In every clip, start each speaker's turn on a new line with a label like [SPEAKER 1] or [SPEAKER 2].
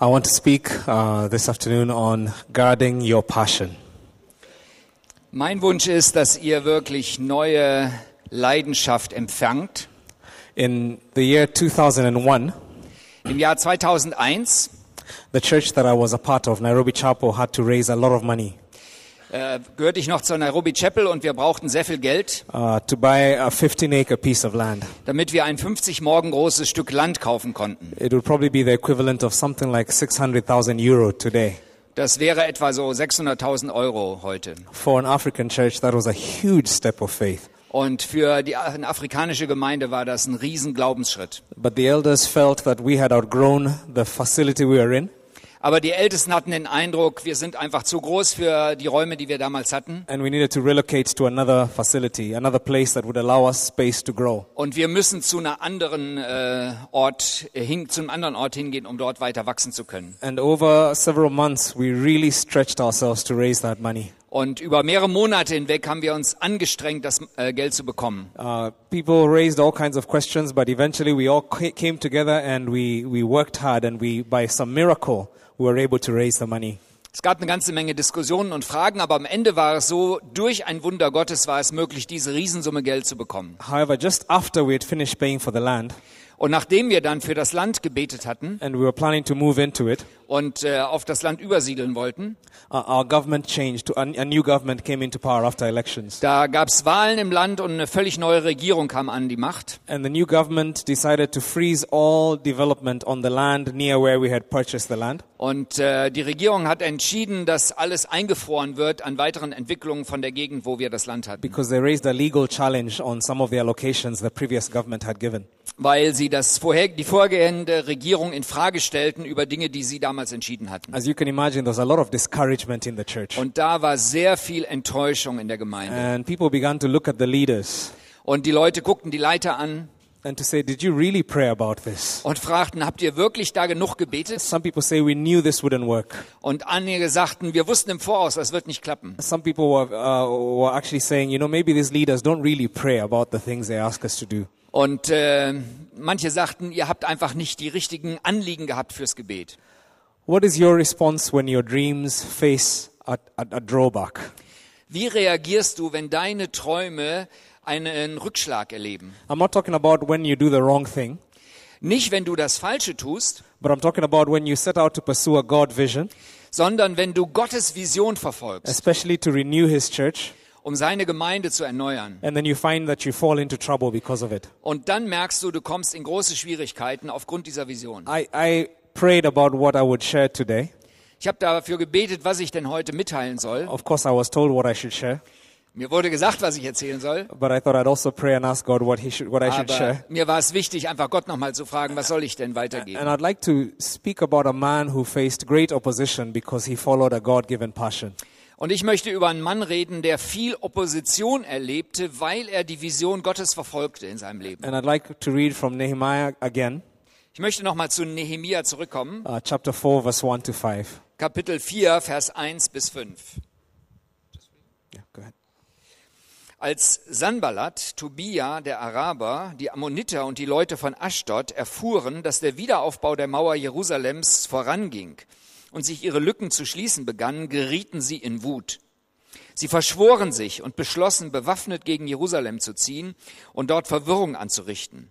[SPEAKER 1] I want to speak uh, this afternoon on guarding your passion.
[SPEAKER 2] Mein Wunsch ist, dass ihr wirklich neue Leidenschaft empfangt.
[SPEAKER 1] In the year 2001,
[SPEAKER 2] Im Jahr 2001
[SPEAKER 1] the church that I was a part of, Nairobi Chapel, had to raise a lot of money
[SPEAKER 2] äh, gehörte ich noch zur Nairobi Chapel und wir brauchten sehr viel Geld,
[SPEAKER 1] uh, to buy a 15 acre piece of land.
[SPEAKER 2] damit wir ein 50 Morgen großes Stück Land kaufen konnten.
[SPEAKER 1] It would probably be the equivalent of something like 600,000 euro today.
[SPEAKER 2] Das wäre etwa so 600.000 Euro heute.
[SPEAKER 1] For an African church, that was a huge step of faith.
[SPEAKER 2] Und für die eine afrikanische Gemeinde war das ein riesen Glaubensschritt.
[SPEAKER 1] But the elders felt that we had outgrown the facility we were in,
[SPEAKER 2] Aber die Ältesten hatten den Eindruck, wir sind einfach zu groß für die Räume, die wir damals hatten.
[SPEAKER 1] and we needed to relocate to another facility, another place that would allow us space to grow.
[SPEAKER 2] Und wir müssen zu einer anderen äh, Ort äh, hin, zu einem anderen Ort hingehen, um dort weiter wachsen zu können.
[SPEAKER 1] And over several months, we really stretched ourselves to raise that money.
[SPEAKER 2] Und über mehrere Monate hinweg haben wir uns angestrengt, das äh, Geld zu bekommen.
[SPEAKER 1] Uh, people raised all kinds of questions, but eventually we all ca- came together and we, we worked hard and we, by some miracle, we were able to raise the money.
[SPEAKER 2] Es gab eine ganze Menge Diskussionen und Fragen, aber am Ende war es so, durch ein Wunder Gottes war es möglich, diese Riesensumme Geld zu bekommen.
[SPEAKER 1] However, just after we had finished paying for the land
[SPEAKER 2] Und nachdem wir dann für das Land gebetet hatten
[SPEAKER 1] and we were planning to move into it,
[SPEAKER 2] und äh, auf das Land übersiedeln wollten,
[SPEAKER 1] uh, our government changed. To, a, a new government came into power after elections.
[SPEAKER 2] da gab es Wahlen im Land und eine völlig neue Regierung kam an die Macht.
[SPEAKER 1] And the new government decided to freeze all development on the land near where we had purchased the land.
[SPEAKER 2] Und äh, die Regierung hat entschieden, dass alles eingefroren wird an weiteren Entwicklungen von der Gegend, wo wir das Land hatten,
[SPEAKER 1] because they raised a legal challenge on some of the allocations the previous government had given.
[SPEAKER 2] weil sie das vorher, die vorgehende Regierung in Frage stellten über Dinge, die sie damals entschieden hatten.
[SPEAKER 1] As you can imagine, there was a lot of discouragement in the church.
[SPEAKER 2] Und da war sehr viel Enttäuschung in der Gemeinde.
[SPEAKER 1] And people began to look at the leaders
[SPEAKER 2] Und die Leute guckten die Leiter an
[SPEAKER 1] and to say, Did you really pray about this?
[SPEAKER 2] und fragten, habt ihr wirklich da genug gebetet?
[SPEAKER 1] Some people say we knew this wouldn't work.
[SPEAKER 2] Und einige sagten, wir wussten im Voraus, das wird nicht klappen.
[SPEAKER 1] Some people were, uh, were actually saying, you know, maybe these leaders don't really pray about the things they ask us to do.
[SPEAKER 2] Und äh, manche sagten, ihr habt einfach nicht die richtigen Anliegen gehabt fürs Gebet.
[SPEAKER 1] What is your response when your dreams face a, a, a drawback?
[SPEAKER 2] Wie reagierst du, wenn deine Träume einen Rückschlag erleben?
[SPEAKER 1] I'm not talking about when you do the wrong thing,
[SPEAKER 2] Nicht, wenn du das Falsche tust,
[SPEAKER 1] but I'm talking about when you set out to pursue a God vision,
[SPEAKER 2] sondern wenn du Gottes Vision verfolgst,
[SPEAKER 1] especially to renew His church.
[SPEAKER 2] um seine Gemeinde zu erneuern.
[SPEAKER 1] and then you find that you fall into trouble because of it.
[SPEAKER 2] Und dann merkst du, du kommst in große Schwierigkeiten aufgrund dieser Vision.
[SPEAKER 1] I, I prayed about what I would share today.
[SPEAKER 2] Ich habe dafür gebetet, was ich denn heute mitteilen soll.
[SPEAKER 1] Of course, I was told what I should share,
[SPEAKER 2] Mir wurde gesagt, was ich erzählen soll.
[SPEAKER 1] but I thought I'd also pray and ask God what He should, what I should
[SPEAKER 2] Aber
[SPEAKER 1] share.
[SPEAKER 2] mir war es wichtig, einfach Gott nochmal zu fragen, was soll ich denn weitergeben?
[SPEAKER 1] And I'd like to speak about a man who faced great opposition because he followed a God-given passion.
[SPEAKER 2] Und ich möchte über einen Mann reden, der viel Opposition erlebte, weil er die Vision Gottes verfolgte in seinem Leben.
[SPEAKER 1] And I'd like to read from Nehemiah again,
[SPEAKER 2] Ich möchte nochmal zu Nehemia zurückkommen,
[SPEAKER 1] uh, chapter 4, verse 1 to 5.
[SPEAKER 2] Kapitel 4, Vers 1 bis 5.
[SPEAKER 1] Yeah, go ahead.
[SPEAKER 2] Als Sanballat, Tobia, der Araber, die Ammoniter und die Leute von Aschdod erfuhren, dass der Wiederaufbau der Mauer Jerusalems voranging und sich ihre Lücken zu schließen begannen, gerieten sie in Wut. Sie verschworen sich und beschlossen, bewaffnet gegen Jerusalem zu ziehen und dort Verwirrung anzurichten.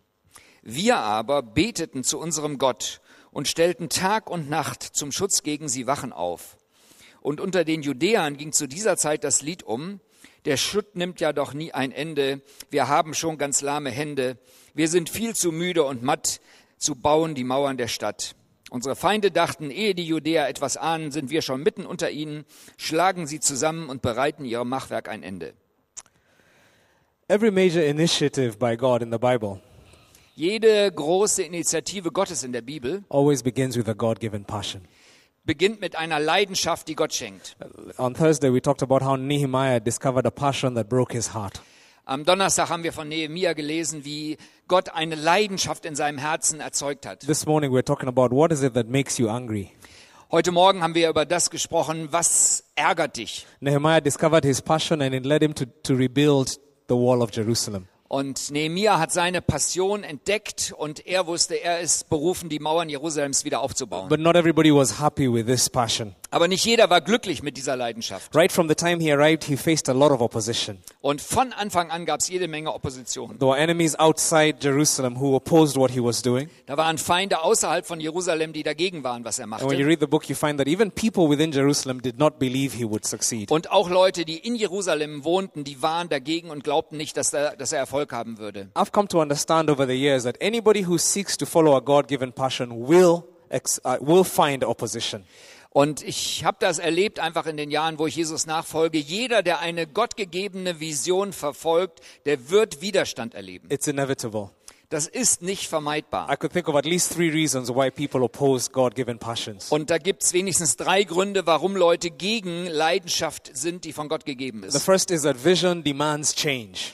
[SPEAKER 2] Wir aber beteten zu unserem Gott und stellten Tag und Nacht zum Schutz gegen sie Wachen auf. Und unter den Judäern ging zu dieser Zeit das Lied um, der Schutt nimmt ja doch nie ein Ende, wir haben schon ganz lahme Hände, wir sind viel zu müde und matt, zu bauen die Mauern der Stadt. Unsere Feinde dachten, ehe die Judäer etwas ahnen, sind wir schon mitten unter ihnen, schlagen sie zusammen und bereiten ihrem Machwerk ein Ende.
[SPEAKER 1] Every major initiative by God in the Bible
[SPEAKER 2] Jede große Initiative Gottes in der Bibel
[SPEAKER 1] always begins with a God-given passion.
[SPEAKER 2] beginnt mit einer Leidenschaft, die Gott schenkt.
[SPEAKER 1] On Thursday, we talked about how Nehemiah discovered a passion that broke his heart.
[SPEAKER 2] Am Donnerstag haben wir von Nehemia gelesen, wie Gott eine Leidenschaft in seinem Herzen erzeugt hat.
[SPEAKER 1] This morning we're talking about what is it that makes you angry.
[SPEAKER 2] Heute Morgen haben wir über das gesprochen, was ärgert dich?
[SPEAKER 1] Nehemiah discovered his passion and it led him to, to rebuild the wall of Jerusalem.
[SPEAKER 2] Und Nehemia hat seine Passion entdeckt und er wusste, er ist berufen, die Mauern Jerusalems wieder aufzubauen.
[SPEAKER 1] But not everybody was happy with this passion.
[SPEAKER 2] Aber nicht jeder war glücklich mit dieser Leidenschaft.
[SPEAKER 1] Right from the time he arrived, he faced a lot of opposition.
[SPEAKER 2] Und von Anfang an gab es jede Menge Opposition.
[SPEAKER 1] There were enemies outside Jerusalem who opposed what he was doing.
[SPEAKER 2] Da waren Feinde außerhalb von Jerusalem, die dagegen waren, was er
[SPEAKER 1] And when you
[SPEAKER 2] machte.
[SPEAKER 1] read the book, you find that even people within Jerusalem did not believe he would succeed.
[SPEAKER 2] Und auch Leute, die in Jerusalem wohnten, die waren dagegen und glaubten nicht, dass er, dass er Erfolg haben würde.
[SPEAKER 1] I've come to understand over the years that anybody who seeks to follow a God given passion will, ex- uh, will find opposition.
[SPEAKER 2] Und ich habe das erlebt einfach in den Jahren, wo ich Jesus nachfolge. Jeder, der eine gottgegebene Vision verfolgt, der wird Widerstand erleben.
[SPEAKER 1] It's inevitable.
[SPEAKER 2] Das ist nicht vermeidbar.
[SPEAKER 1] I could think of at least three reasons why people oppose God given passions.
[SPEAKER 2] Und da gibt's wenigstens drei Gründe, warum Leute gegen Leidenschaft sind, die von Gott gegeben
[SPEAKER 1] The
[SPEAKER 2] ist.
[SPEAKER 1] first is that vision demands change.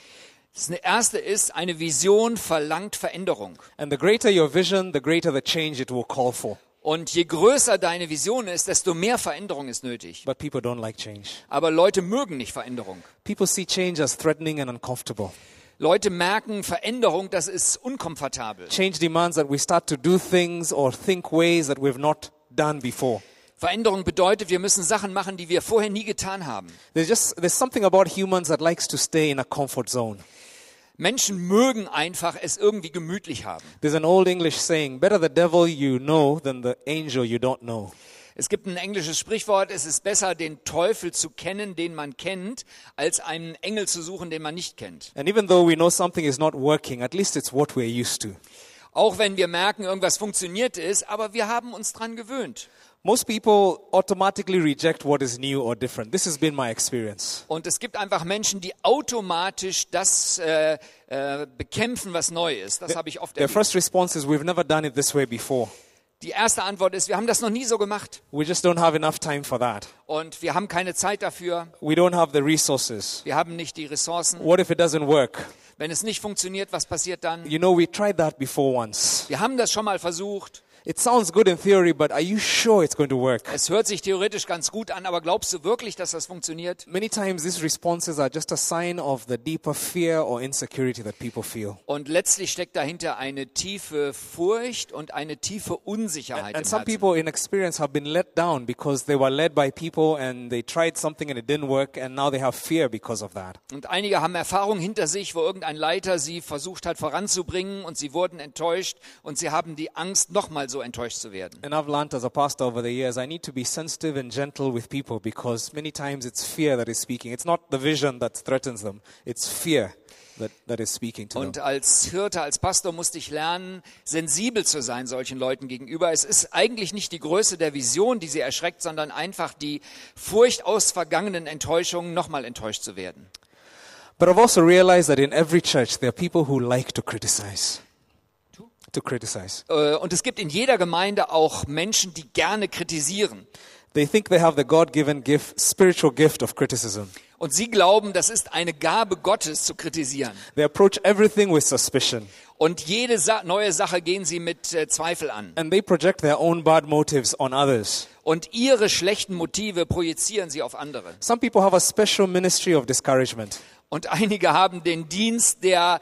[SPEAKER 2] Das erste ist, eine Vision verlangt Veränderung.
[SPEAKER 1] And the greater your vision, the greater the change it will call for.
[SPEAKER 2] Und je größer deine Vision ist, desto mehr Veränderung ist nötig.
[SPEAKER 1] But people don't like change.
[SPEAKER 2] Aber Leute mögen nicht Veränderung.
[SPEAKER 1] People see change as threatening and uncomfortable.
[SPEAKER 2] Leute merken, Veränderung, das ist unkomfortabel.
[SPEAKER 1] Change demands that we start to do things or think ways that we've not done before.
[SPEAKER 2] Veränderung bedeutet, wir müssen Sachen machen, die wir vorher nie getan haben.
[SPEAKER 1] There's just there's something about humans that likes to stay in a comfort zone.
[SPEAKER 2] Menschen mögen einfach es irgendwie gemütlich haben.
[SPEAKER 1] There's an old English saying, better the devil you know than the angel you don't know.
[SPEAKER 2] Es gibt ein englisches Sprichwort, es ist besser, den Teufel zu kennen, den man kennt, als einen Engel zu suchen, den man nicht kennt.
[SPEAKER 1] And even though we know something is not working, at least it's what we're used to.
[SPEAKER 2] Auch wenn wir merken, irgendwas funktioniert ist, aber wir haben uns dran gewöhnt.
[SPEAKER 1] Most people automatically reject what is new or different. This has been my experience.
[SPEAKER 2] Und es gibt einfach Menschen, die automatisch das äh, äh, bekämpfen, was neu ist. Das habe ich oft
[SPEAKER 1] Their
[SPEAKER 2] erlebt.
[SPEAKER 1] first response is, we've never done it this way before.
[SPEAKER 2] Die erste Antwort ist, wir haben das noch nie so gemacht
[SPEAKER 1] We just don't have enough time for that.
[SPEAKER 2] und wir haben keine Zeit dafür.
[SPEAKER 1] We don't have the resources.
[SPEAKER 2] Wir haben nicht die Ressourcen.
[SPEAKER 1] What if it doesn't work?
[SPEAKER 2] Wenn es nicht funktioniert, was passiert dann?
[SPEAKER 1] You know, we tried that before once.
[SPEAKER 2] Wir haben das schon mal versucht.
[SPEAKER 1] It sounds good in theory, but are you sure it's going to work?
[SPEAKER 2] Es hört sich theoretisch ganz gut an, aber glaubst du wirklich, dass das funktioniert?
[SPEAKER 1] Many times these responses are just a sign of the deeper fear or insecurity that people feel.
[SPEAKER 2] Und letztlich steckt dahinter eine tiefe Furcht und eine tiefe Unsicherheit
[SPEAKER 1] And
[SPEAKER 2] im
[SPEAKER 1] some
[SPEAKER 2] Herzen.
[SPEAKER 1] people in experience have been let down because they were led by people and they tried something and it didn't work and now they have fear because of that.
[SPEAKER 2] Und einige haben Erfahrungen hinter sich, wo irgendein Leiter sie versucht hat voranzubringen und sie wurden enttäuscht und sie haben die Angst, nochmal so enttäuscht zu werden.
[SPEAKER 1] And I've learned as a pastor over the years, I need to be sensitive and gentle with people because many times it's fear that is speaking. It's not the vision that threatens them, it's fear that, that is speaking to
[SPEAKER 2] Und
[SPEAKER 1] them.
[SPEAKER 2] als Hirte, als Pastor musste ich lernen, sensibel zu sein solchen Leuten gegenüber. Es ist eigentlich nicht die Größe der Vision, die sie erschreckt, sondern einfach die Furcht aus vergangenen Enttäuschungen, nochmal enttäuscht zu werden.
[SPEAKER 1] But I've also realized that in every church, there are people who like to criticize. To criticize.
[SPEAKER 2] Äh, Und es gibt in jeder Gemeinde auch Menschen, die gerne kritisieren.
[SPEAKER 1] They think they have the God given gift, spiritual gift of criticism.
[SPEAKER 2] Und sie glauben, das ist eine Gabe Gottes zu kritisieren.
[SPEAKER 1] They approach everything with suspicion
[SPEAKER 2] Und jede Sa neue Sache gehen sie mit äh, Zweifel an.
[SPEAKER 1] and they project their own bad motives on others.
[SPEAKER 2] Und ihre schlechten Motive projizieren sie auf andere.
[SPEAKER 1] Some people have a special ministry of discouragement
[SPEAKER 2] Und einige haben den Dienst der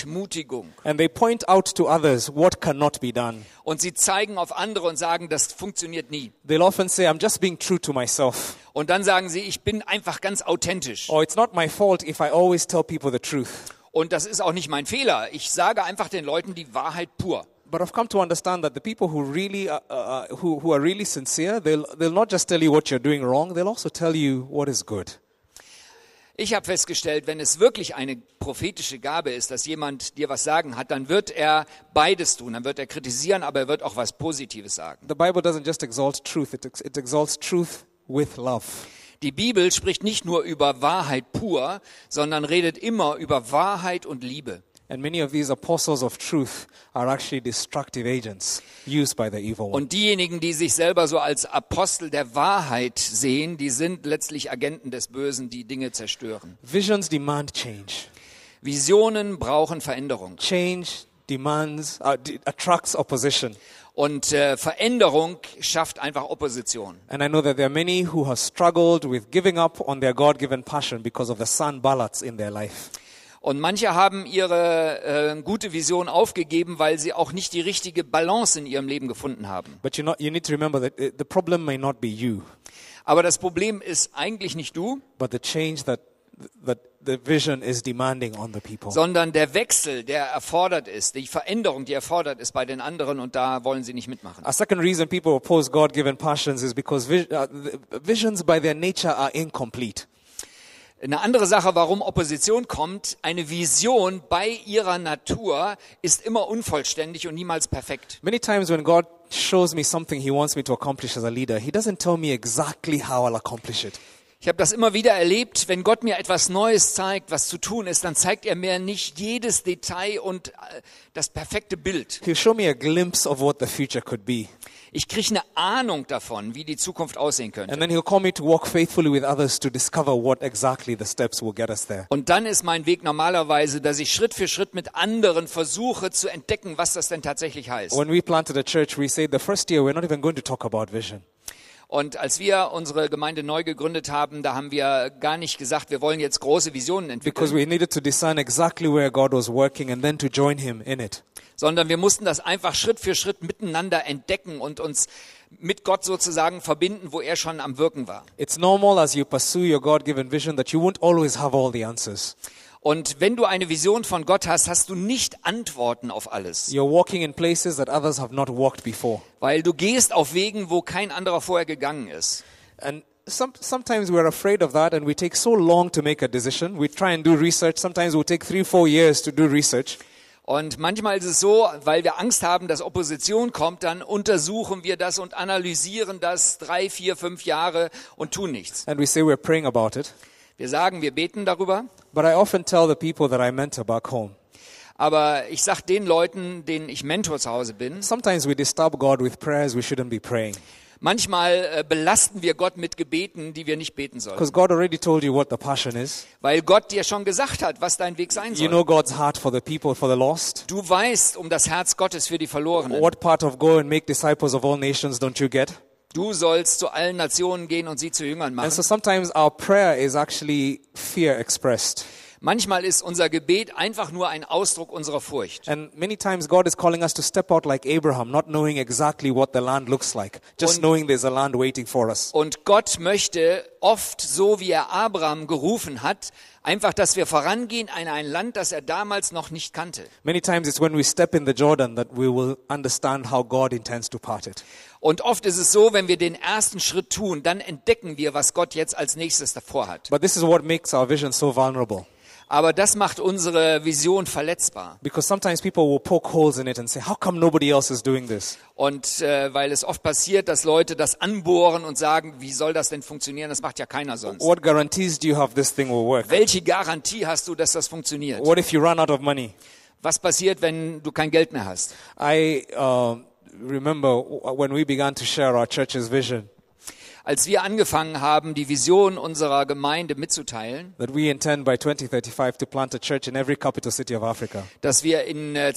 [SPEAKER 2] Entmutigung.
[SPEAKER 1] and they point out to others what cannot be done.
[SPEAKER 2] Und sie zeigen auf andere und sagen, das funktioniert nie.
[SPEAKER 1] They'll often say, I'm just being true to myself.
[SPEAKER 2] Und dann sagen sie, ich bin einfach ganz authentisch.
[SPEAKER 1] Or it's not my fault if I always tell people the truth.
[SPEAKER 2] Und das ist auch nicht mein Fehler. Ich sage einfach den Leuten die Wahrheit pur.
[SPEAKER 1] But I've come to understand that the people who really, uh, uh, uh, who, who are really sincere, they'll, they'll not just tell you what you're doing wrong, they'll also tell you what is good.
[SPEAKER 2] Ich habe festgestellt, wenn es wirklich eine prophetische Gabe ist, dass jemand dir was sagen hat, dann wird er beides tun. Dann wird er kritisieren, aber er wird auch was Positives sagen.
[SPEAKER 1] The Bible doesn't just exalt truth, it, ex- it exalts truth with love.
[SPEAKER 2] Die Bibel spricht nicht nur über Wahrheit pur, sondern redet immer über Wahrheit und Liebe.
[SPEAKER 1] And many of these apostles of truth are actually destructive agents used by the evil one.
[SPEAKER 2] Und diejenigen, die sich selber so als Apostel der Wahrheit sehen, die sind letztlich Agenten des Bösen, die Dinge zerstören.
[SPEAKER 1] Visions demand change.
[SPEAKER 2] Visionen brauchen Veränderung.
[SPEAKER 1] Change demands, uh, d- attracts opposition.
[SPEAKER 2] Und äh, Veränderung schafft einfach Opposition.
[SPEAKER 1] And I know that there are many who have struggled with giving up on their God given passion because of the sandballots in their life.
[SPEAKER 2] Und manche haben ihre äh, gute Vision aufgegeben, weil sie auch nicht die richtige Balance in ihrem Leben gefunden haben.
[SPEAKER 1] But you, not, you need to remember that uh, the problem may not be you,
[SPEAKER 2] Aber das Problem ist eigentlich nicht du,
[SPEAKER 1] but the change that, that the vision is demanding on the people.
[SPEAKER 2] sondern der Wechsel, der erfordert ist, die Veränderung, die erfordert ist bei den anderen und da wollen sie nicht mitmachen.
[SPEAKER 1] A second reason people oppose God given passions is because vis- uh, the- visions by their nature are incomplete.
[SPEAKER 2] Eine andere Sache, warum Opposition kommt, eine Vision bei ihrer Natur ist immer unvollständig und niemals perfekt.
[SPEAKER 1] Many times when God shows me something He wants me to accomplish as a leader, He doesn't tell me exactly how I'll accomplish it.
[SPEAKER 2] Ich habe das immer wieder erlebt, wenn Gott mir etwas Neues zeigt, was zu tun ist, dann zeigt er mir nicht jedes Detail und äh, das perfekte Bild.
[SPEAKER 1] He'll show me a glimpse of what the future could be.
[SPEAKER 2] Ich kriege eine Ahnung davon, wie die Zukunft aussehen könnte.
[SPEAKER 1] And then He'll call me to walk faithfully with others to discover what exactly the steps will get us there.
[SPEAKER 2] Und dann ist mein Weg normalerweise, dass ich Schritt für Schritt mit anderen versuche zu entdecken, was das denn tatsächlich heißt.
[SPEAKER 1] When we planted a church, we said the first year we're not even going to talk about vision.
[SPEAKER 2] Und als wir unsere Gemeinde neu gegründet haben, da haben wir gar nicht gesagt, wir wollen jetzt große Visionen
[SPEAKER 1] Because
[SPEAKER 2] entwickeln,
[SPEAKER 1] we needed to discern exactly where God was working and then to join Him in it.
[SPEAKER 2] sondern wir mussten das einfach Schritt für Schritt miteinander entdecken und uns mit Gott sozusagen verbinden, wo er schon am Wirken war.
[SPEAKER 1] It's normal as you pursue your God given vision that you won't always have all the answers.
[SPEAKER 2] Und wenn du eine Vision von Gott hast, hast du nicht Antworten auf alles,
[SPEAKER 1] You're walking in places that others have not walked before.
[SPEAKER 2] weil du gehst auf Wegen, wo kein anderer vorher gegangen ist.
[SPEAKER 1] And some, sometimes we're afraid of that and we take so long to make a decision. We try and do research. Sometimes we'll take three, four years to do research.
[SPEAKER 2] Und manchmal ist es so, weil wir Angst haben, dass Opposition kommt, dann untersuchen wir das und analysieren das drei, vier, fünf Jahre und tun nichts.
[SPEAKER 1] And we say we're praying about it.
[SPEAKER 2] Wir sagen, wir beten darüber,
[SPEAKER 1] But I often tell the people that I mentor back home.
[SPEAKER 2] aber ich sag den Leuten, denen ich Mentor zu Hause bin,
[SPEAKER 1] Sometimes we disturb God with prayers we shouldn't be praying.
[SPEAKER 2] manchmal äh, belasten wir Gott mit Gebeten, die wir nicht beten sollen,
[SPEAKER 1] Because God already told you what the passion is.
[SPEAKER 2] weil Gott dir schon gesagt hat, was dein Weg sein
[SPEAKER 1] You
[SPEAKER 2] soll.
[SPEAKER 1] know God's heart for the people, for the lost.
[SPEAKER 2] Du weißt um das Herz Gottes für die Verlorenen.
[SPEAKER 1] What part of go and make disciples of all nations don't you get?
[SPEAKER 2] Du sollst zu allen Nationen gehen und sie zu Jüngern
[SPEAKER 1] And so
[SPEAKER 2] machen.
[SPEAKER 1] sometimes our prayer is actually fear expressed.
[SPEAKER 2] Manchmal ist unser Gebet einfach nur ein Ausdruck unserer Furcht.
[SPEAKER 1] And many times God is calling us to step out like Abraham, not knowing exactly what the land looks like, just
[SPEAKER 2] Und-
[SPEAKER 1] knowing there's a land waiting for us.
[SPEAKER 2] Und Gott möchte oft, so wie er Abraham gerufen hat, einfach, dass wir vorangehen in ein Land, das er damals noch nicht kannte.
[SPEAKER 1] Many times it's when we step in the Jordan that we will understand how God intends to part it.
[SPEAKER 2] Und oft ist es so, wenn wir den ersten Schritt tun, dann entdecken wir, was Gott jetzt als nächstes davor hat.
[SPEAKER 1] But this is what makes our vision so vulnerable.
[SPEAKER 2] Aber das macht unsere Vision verletzbar.
[SPEAKER 1] Because sometimes people will poke holes in it and say, how come nobody else is doing this?
[SPEAKER 2] Und äh, weil es oft passiert, dass Leute das anbohren und sagen, wie soll das denn funktionieren? Das macht ja keiner sonst.
[SPEAKER 1] What guarantees do you have this thing will work?
[SPEAKER 2] Welche Garantie hast du, dass das funktioniert?
[SPEAKER 1] What if you run out of money?
[SPEAKER 2] Was passiert, wenn du kein Geld mehr hast?
[SPEAKER 1] I um, remember w- when we began to share our church's vision
[SPEAKER 2] Als wir angefangen haben, die Vision unserer Gemeinde mitzuteilen,
[SPEAKER 1] that we intend by 2035 to plant a church in every capital city of Africa.
[SPEAKER 2] dass wir in äh,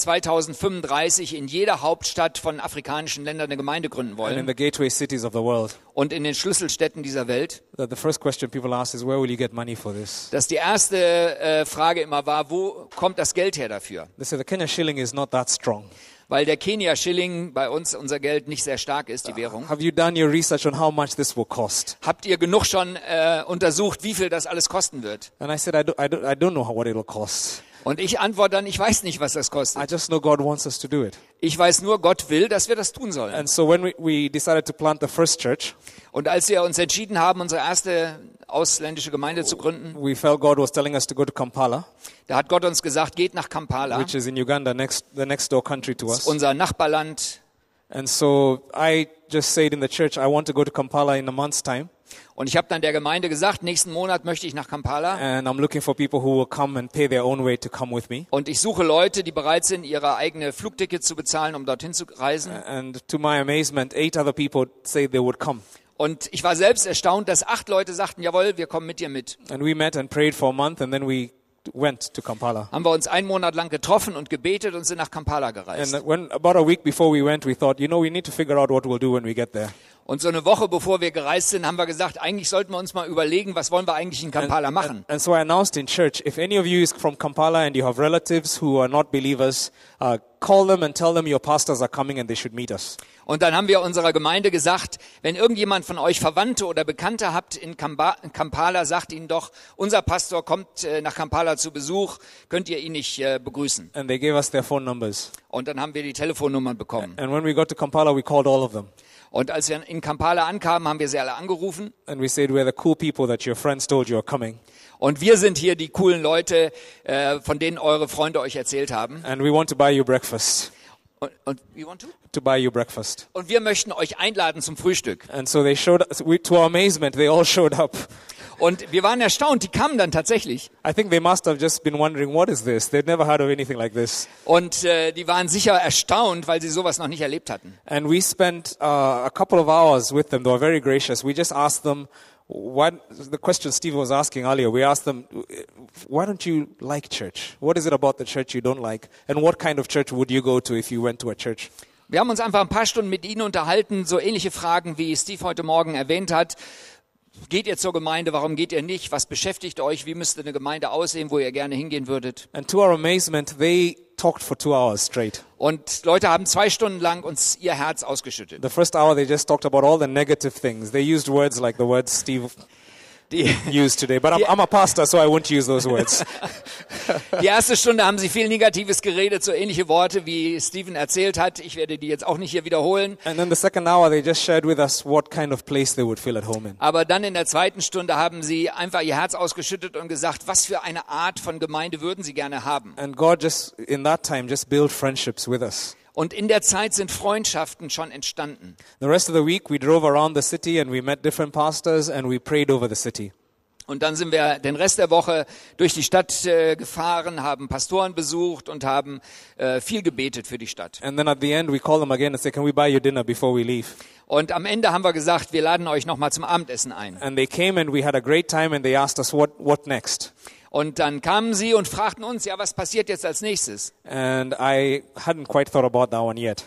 [SPEAKER 2] 2035 in jeder Hauptstadt von afrikanischen Ländern eine Gemeinde gründen
[SPEAKER 1] and in
[SPEAKER 2] wollen
[SPEAKER 1] the gateway cities of the world.
[SPEAKER 2] und in den Schlüsselstädten dieser Welt,
[SPEAKER 1] That the first question people ask is, where will you get money for this?
[SPEAKER 2] dass die erste äh, Frage immer war, wo kommt das Geld her dafür?
[SPEAKER 1] They say the Kenya shilling is not that strong.
[SPEAKER 2] Weil der Kenia-Schilling bei uns, unser Geld, nicht sehr stark ist, die Währung.
[SPEAKER 1] Have you done your research on how much this will cost?
[SPEAKER 2] Habt ihr genug schon äh, untersucht, wie viel das alles kosten wird?
[SPEAKER 1] And I said, I don't, I don't, I don't know how- what it'll cost.
[SPEAKER 2] Und ich antworte dann, ich weiß nicht, was das
[SPEAKER 1] I
[SPEAKER 2] kostet.
[SPEAKER 1] just know God wants us to do it.
[SPEAKER 2] Ich weiß nur, Gott will, dass wir das tun sollen.
[SPEAKER 1] And so when we, we decided to plant the first church,
[SPEAKER 2] Und als wir uns entschieden haben, unsere erste ausländische Gemeinde zu gründen,
[SPEAKER 1] we felt God was telling us to go to Kampala,
[SPEAKER 2] da hat Gott uns gesagt, geht nach Kampala,
[SPEAKER 1] which is in Uganda, next, the next door country to us.
[SPEAKER 2] unser Nachbarland.
[SPEAKER 1] And so I just said in the church, I want to go to Kampala in a month's time,
[SPEAKER 2] Und ich habe dann der Gemeinde gesagt, nächsten Monat möchte ich nach Kampala.
[SPEAKER 1] and I'm looking for people who will come and pay their own way to come with me.
[SPEAKER 2] Und ich suche Leute, die bereit sind, ihre eigene Flugtickets zu bezahlen, um dorthin zu reisen.
[SPEAKER 1] And to my amazement, eight other people said they would come.
[SPEAKER 2] Und ich war selbst erstaunt, dass acht Leute sagten, jawohl, wir kommen mit dir mit.
[SPEAKER 1] And we met and prayed for a month, and then we went to Kampala.
[SPEAKER 2] Haben wir uns einen Monat lang getroffen und gebetet und sind nach Kampala gereist.
[SPEAKER 1] ne. And when about a week before we went, we thought, you know, we need to figure out what we'll do when we get there.
[SPEAKER 2] Und so eine Woche bevor wir gereist sind, haben wir gesagt, eigentlich sollten wir uns mal überlegen, was wollen wir eigentlich in Kampala machen.
[SPEAKER 1] And so I announced in church if any of you is from Kampala and you have relatives who are not believers, uh, call them and tell them your pastors are coming and they should meet us.
[SPEAKER 2] Und dann haben wir unserer Gemeinde gesagt, wenn irgendjemand von euch Verwandte oder Bekannte habt in Kamba- Kampala, sagt ihnen doch, unser Pastor kommt äh, nach Kampala zu Besuch, könnt ihr ihn nicht äh, begrüßen.
[SPEAKER 1] And they gave us their phone numbers.
[SPEAKER 2] Und dann haben wir die Telefonnummern bekommen.
[SPEAKER 1] And when we got to Kampala, we called all of them.
[SPEAKER 2] Und als wir in Kampala ankamen, haben wir sie alle angerufen.
[SPEAKER 1] And we said, We're the cool people that your friends told you are coming.
[SPEAKER 2] Und wir sind hier die coolen Leute, äh, von denen eure Freunde euch erzählt haben.
[SPEAKER 1] And we want to buy you breakfast.
[SPEAKER 2] Und, und, we want to?
[SPEAKER 1] To buy you breakfast.
[SPEAKER 2] und wir möchten euch einladen zum Frühstück.
[SPEAKER 1] And so they showed us, we, to our amazement, they all showed up.
[SPEAKER 2] Und wir waren erstaunt, die kamen dann tatsächlich.
[SPEAKER 1] I think they must have just been wondering, What is this? They'd never heard of anything like this.
[SPEAKER 2] Und äh, die waren sicher erstaunt, weil sie sowas noch nicht erlebt hatten.
[SPEAKER 1] And we spent uh, a couple of hours with them. They were very gracious. We just asked them, what, the question Steve was asking earlier, we asked them, why don't you like church? What is it about the church you don't like? And what kind of church would you go to if you went to a church?
[SPEAKER 2] Wir haben uns einfach ein paar Stunden mit ihnen unterhalten, so ähnliche Fragen, wie Steve heute Morgen erwähnt hat. Geht ihr zur Gemeinde? Warum geht ihr nicht? Was beschäftigt euch? Wie müsste eine Gemeinde aussehen, wo ihr gerne hingehen würdet?
[SPEAKER 1] And to our amazement, they talked for two hours straight.
[SPEAKER 2] Und Leute haben zwei Stunden lang uns ihr Herz ausgeschüttet.
[SPEAKER 1] The first hour, they just talked about all the negative things. They used words like the words Steve
[SPEAKER 2] Die,
[SPEAKER 1] used today, but I'm, I'm a pastor, so I won't use those words.
[SPEAKER 2] die erste Stunde haben sie viel Negatives geredet, so ähnliche Worte, wie Steven erzählt hat. Ich werde die jetzt auch nicht hier wiederholen.
[SPEAKER 1] and then the second hour, they just shared with us what kind of place they would feel at home in.
[SPEAKER 2] Aber dann in der zweiten Stunde haben sie einfach ihr Herz ausgeschüttet und gesagt, was für eine Art von Gemeinde würden sie gerne haben.
[SPEAKER 1] And God just, in that time, just built friendships with us.
[SPEAKER 2] Und in der Zeit sind Freundschaften schon entstanden.
[SPEAKER 1] The rest of the week, we drove around the city and we met different pastors and we prayed over the city.
[SPEAKER 2] Und dann sind wir den Rest der Woche durch die Stadt äh, gefahren, haben Pastoren besucht und haben äh, viel gebetet für die Stadt.
[SPEAKER 1] And then at the end, we called them again and said, Can we buy you dinner before we leave?
[SPEAKER 2] Und am Ende haben wir gesagt, wir laden euch nochmal zum Abendessen ein.
[SPEAKER 1] And they came and we had a great time and they asked us, What, what next?
[SPEAKER 2] Und dann kamen sie und fragten uns, ja, was passiert jetzt als nächstes?
[SPEAKER 1] And I hadn't quite thought about that one yet.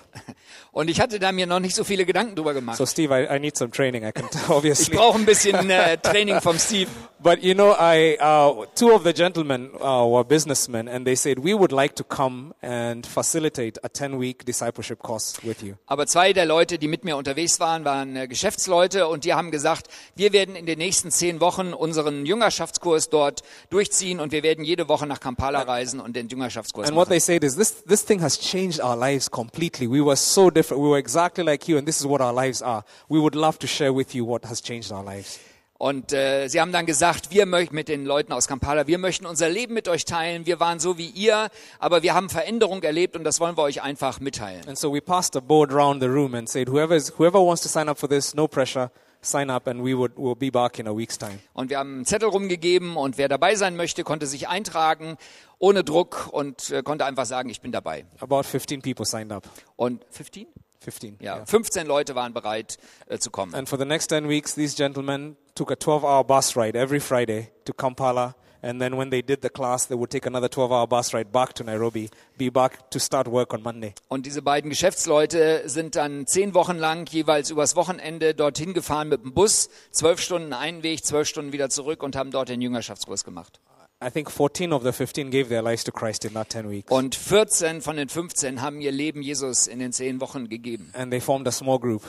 [SPEAKER 2] Und ich hatte da mir noch nicht so viele Gedanken drüber gemacht.
[SPEAKER 1] So, Steve, I, I need some training, I can tell,
[SPEAKER 2] Ich
[SPEAKER 1] obviously.
[SPEAKER 2] brauche ein bisschen äh, Training vom Steve.
[SPEAKER 1] But you know, I, uh, two of the gentlemen uh, were businessmen and they said, We would like to come and facilitate a 10 week discipleship course with you.
[SPEAKER 2] Aber zwei der Leute, die mit mir unterwegs waren, waren äh, Geschäftsleute und die haben gesagt, wir werden in den nächsten zehn Wochen unseren Jüngerschaftskurs dort durchziehen und wir werden jede Woche nach Kampala reisen und den Jüngerschaftskurs
[SPEAKER 1] And what
[SPEAKER 2] machen.
[SPEAKER 1] they said is this this thing has changed our lives completely. We were so different. We were exactly like you, and this is what our lives are. We would love to share with you what has changed our lives.
[SPEAKER 2] Und äh, sie haben dann gesagt, wir möchten mit den Leuten aus Kampala, wir möchten unser Leben mit euch teilen, wir waren so wie ihr, aber wir haben Veränderung erlebt und das wollen wir euch einfach mitteilen.
[SPEAKER 1] And so we passed a board round the room and said, whoever is, whoever wants to sign up for this, no pressure, sign up, and we would will be back in a week's time.
[SPEAKER 2] Und wir haben einen Zettel rumgegeben und wer dabei sein möchte, konnte sich eintragen, ohne Druck und äh, konnte einfach sagen, ich bin dabei.
[SPEAKER 1] About 15 people signed up.
[SPEAKER 2] Und 15?
[SPEAKER 1] 15.
[SPEAKER 2] Ja, 15 Leute waren bereit äh, zu kommen.
[SPEAKER 1] And for the next 10 weeks, these gentlemen took a 12-hour bus ride every Friday to Kampala. And then when they did the class, they would take another 12-hour bus ride back to Nairobi, be back to start work on Monday.
[SPEAKER 2] Und diese beiden Geschäftsleute sind dann zehn Wochen lang jeweils übers Wochenende dorthin gefahren mit dem Bus, zwölf Stunden einen Weg, zwölf Stunden wieder zurück und haben dort den Jüngerschaftskurs gemacht.
[SPEAKER 1] I think 14 of the 15 gave their lives to Christ in that 10 weeks.
[SPEAKER 2] Und 14 von den 15 haben ihr Leben Jesus in den zehn Wochen gegeben.
[SPEAKER 1] And they formed a small group.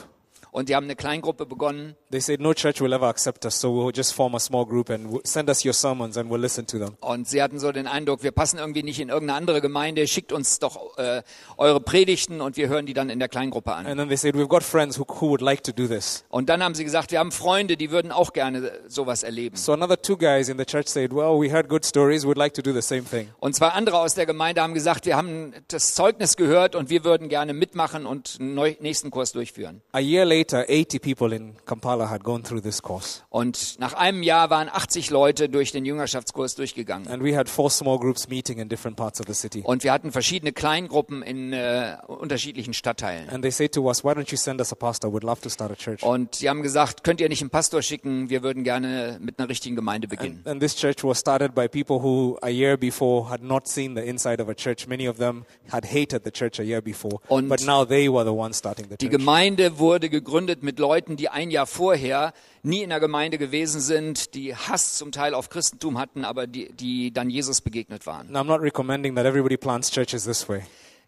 [SPEAKER 2] Und die haben eine Kleingruppe begonnen.
[SPEAKER 1] They said, No church will ever accept us, so we'll just form a small group and w- send us your sermons and we'll listen to them.
[SPEAKER 2] Und sie hatten so den Eindruck, wir passen irgendwie nicht in irgendeine andere Gemeinde, schickt uns doch äh, eure Predigten und wir hören die dann in der Kleingruppe an.
[SPEAKER 1] And then they said, We've got friends who, who would like to do this.
[SPEAKER 2] Und dann haben sie gesagt, wir haben Freunde, die würden auch gerne sowas erleben.
[SPEAKER 1] So another two guys in the church said, Well, we heard good stories, we'd like to do the same thing.
[SPEAKER 2] Und zwei andere aus der Gemeinde haben gesagt, wir haben das Zeugnis gehört und wir würden gerne mitmachen und einen neu- nächsten Kurs durchführen.
[SPEAKER 1] A year later, 80 people in Kampala had gone through this course.
[SPEAKER 2] Und nach einem Jahr waren 80 Leute durch den Jüngerschaftskurs durchgegangen.
[SPEAKER 1] And we had four small groups meeting in different parts of the city.
[SPEAKER 2] Und wir hatten verschiedene Kleingruppen in äh, unterschiedlichen Stadtteilen.
[SPEAKER 1] And they said to us, Why don't you send us a pastor? We'd love to start a church.
[SPEAKER 2] Und sie haben gesagt, könnt ihr nicht einen Pastor schicken, wir würden gerne mit einer richtigen Gemeinde beginnen.
[SPEAKER 1] And this church was started by people who a year before had not seen the inside of a church. Many of them had hated the church a year before,
[SPEAKER 2] Und-
[SPEAKER 1] but now they were the ones starting the
[SPEAKER 2] Die
[SPEAKER 1] church.
[SPEAKER 2] Gemeinde wurde gegründet mit Leuten, die ein Jahr vorher nie in der Gemeinde gewesen sind, die Hass zum Teil auf Christentum hatten, aber die, die dann Jesus begegnet waren.
[SPEAKER 1] Now, I'm not recommending that everybody plants churches this way.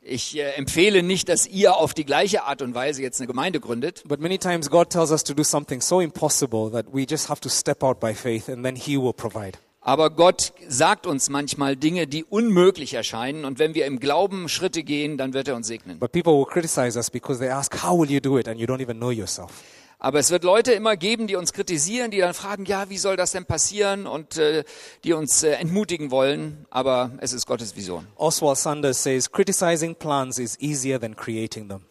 [SPEAKER 2] Ich äh, empfehle nicht, dass ihr auf die gleiche Art und Weise jetzt eine Gemeinde gründet,
[SPEAKER 1] But many times God tells us to do something so impossible that we just have to step out by faith and then He will provide.
[SPEAKER 2] aber Gott sagt uns manchmal Dinge, die unmöglich erscheinen und wenn wir im Glauben Schritte gehen, dann wird er uns segnen.
[SPEAKER 1] But people will criticize us because they ask, How will you do it? And you don't even know yourself.
[SPEAKER 2] Aber es wird Leute immer geben, die uns kritisieren, die dann fragen, ja, wie soll das denn passieren und äh, die uns äh, entmutigen wollen, aber es ist Gottes Vision.
[SPEAKER 1] Oswald Sanders says, Criticizing plans is easier than creating them.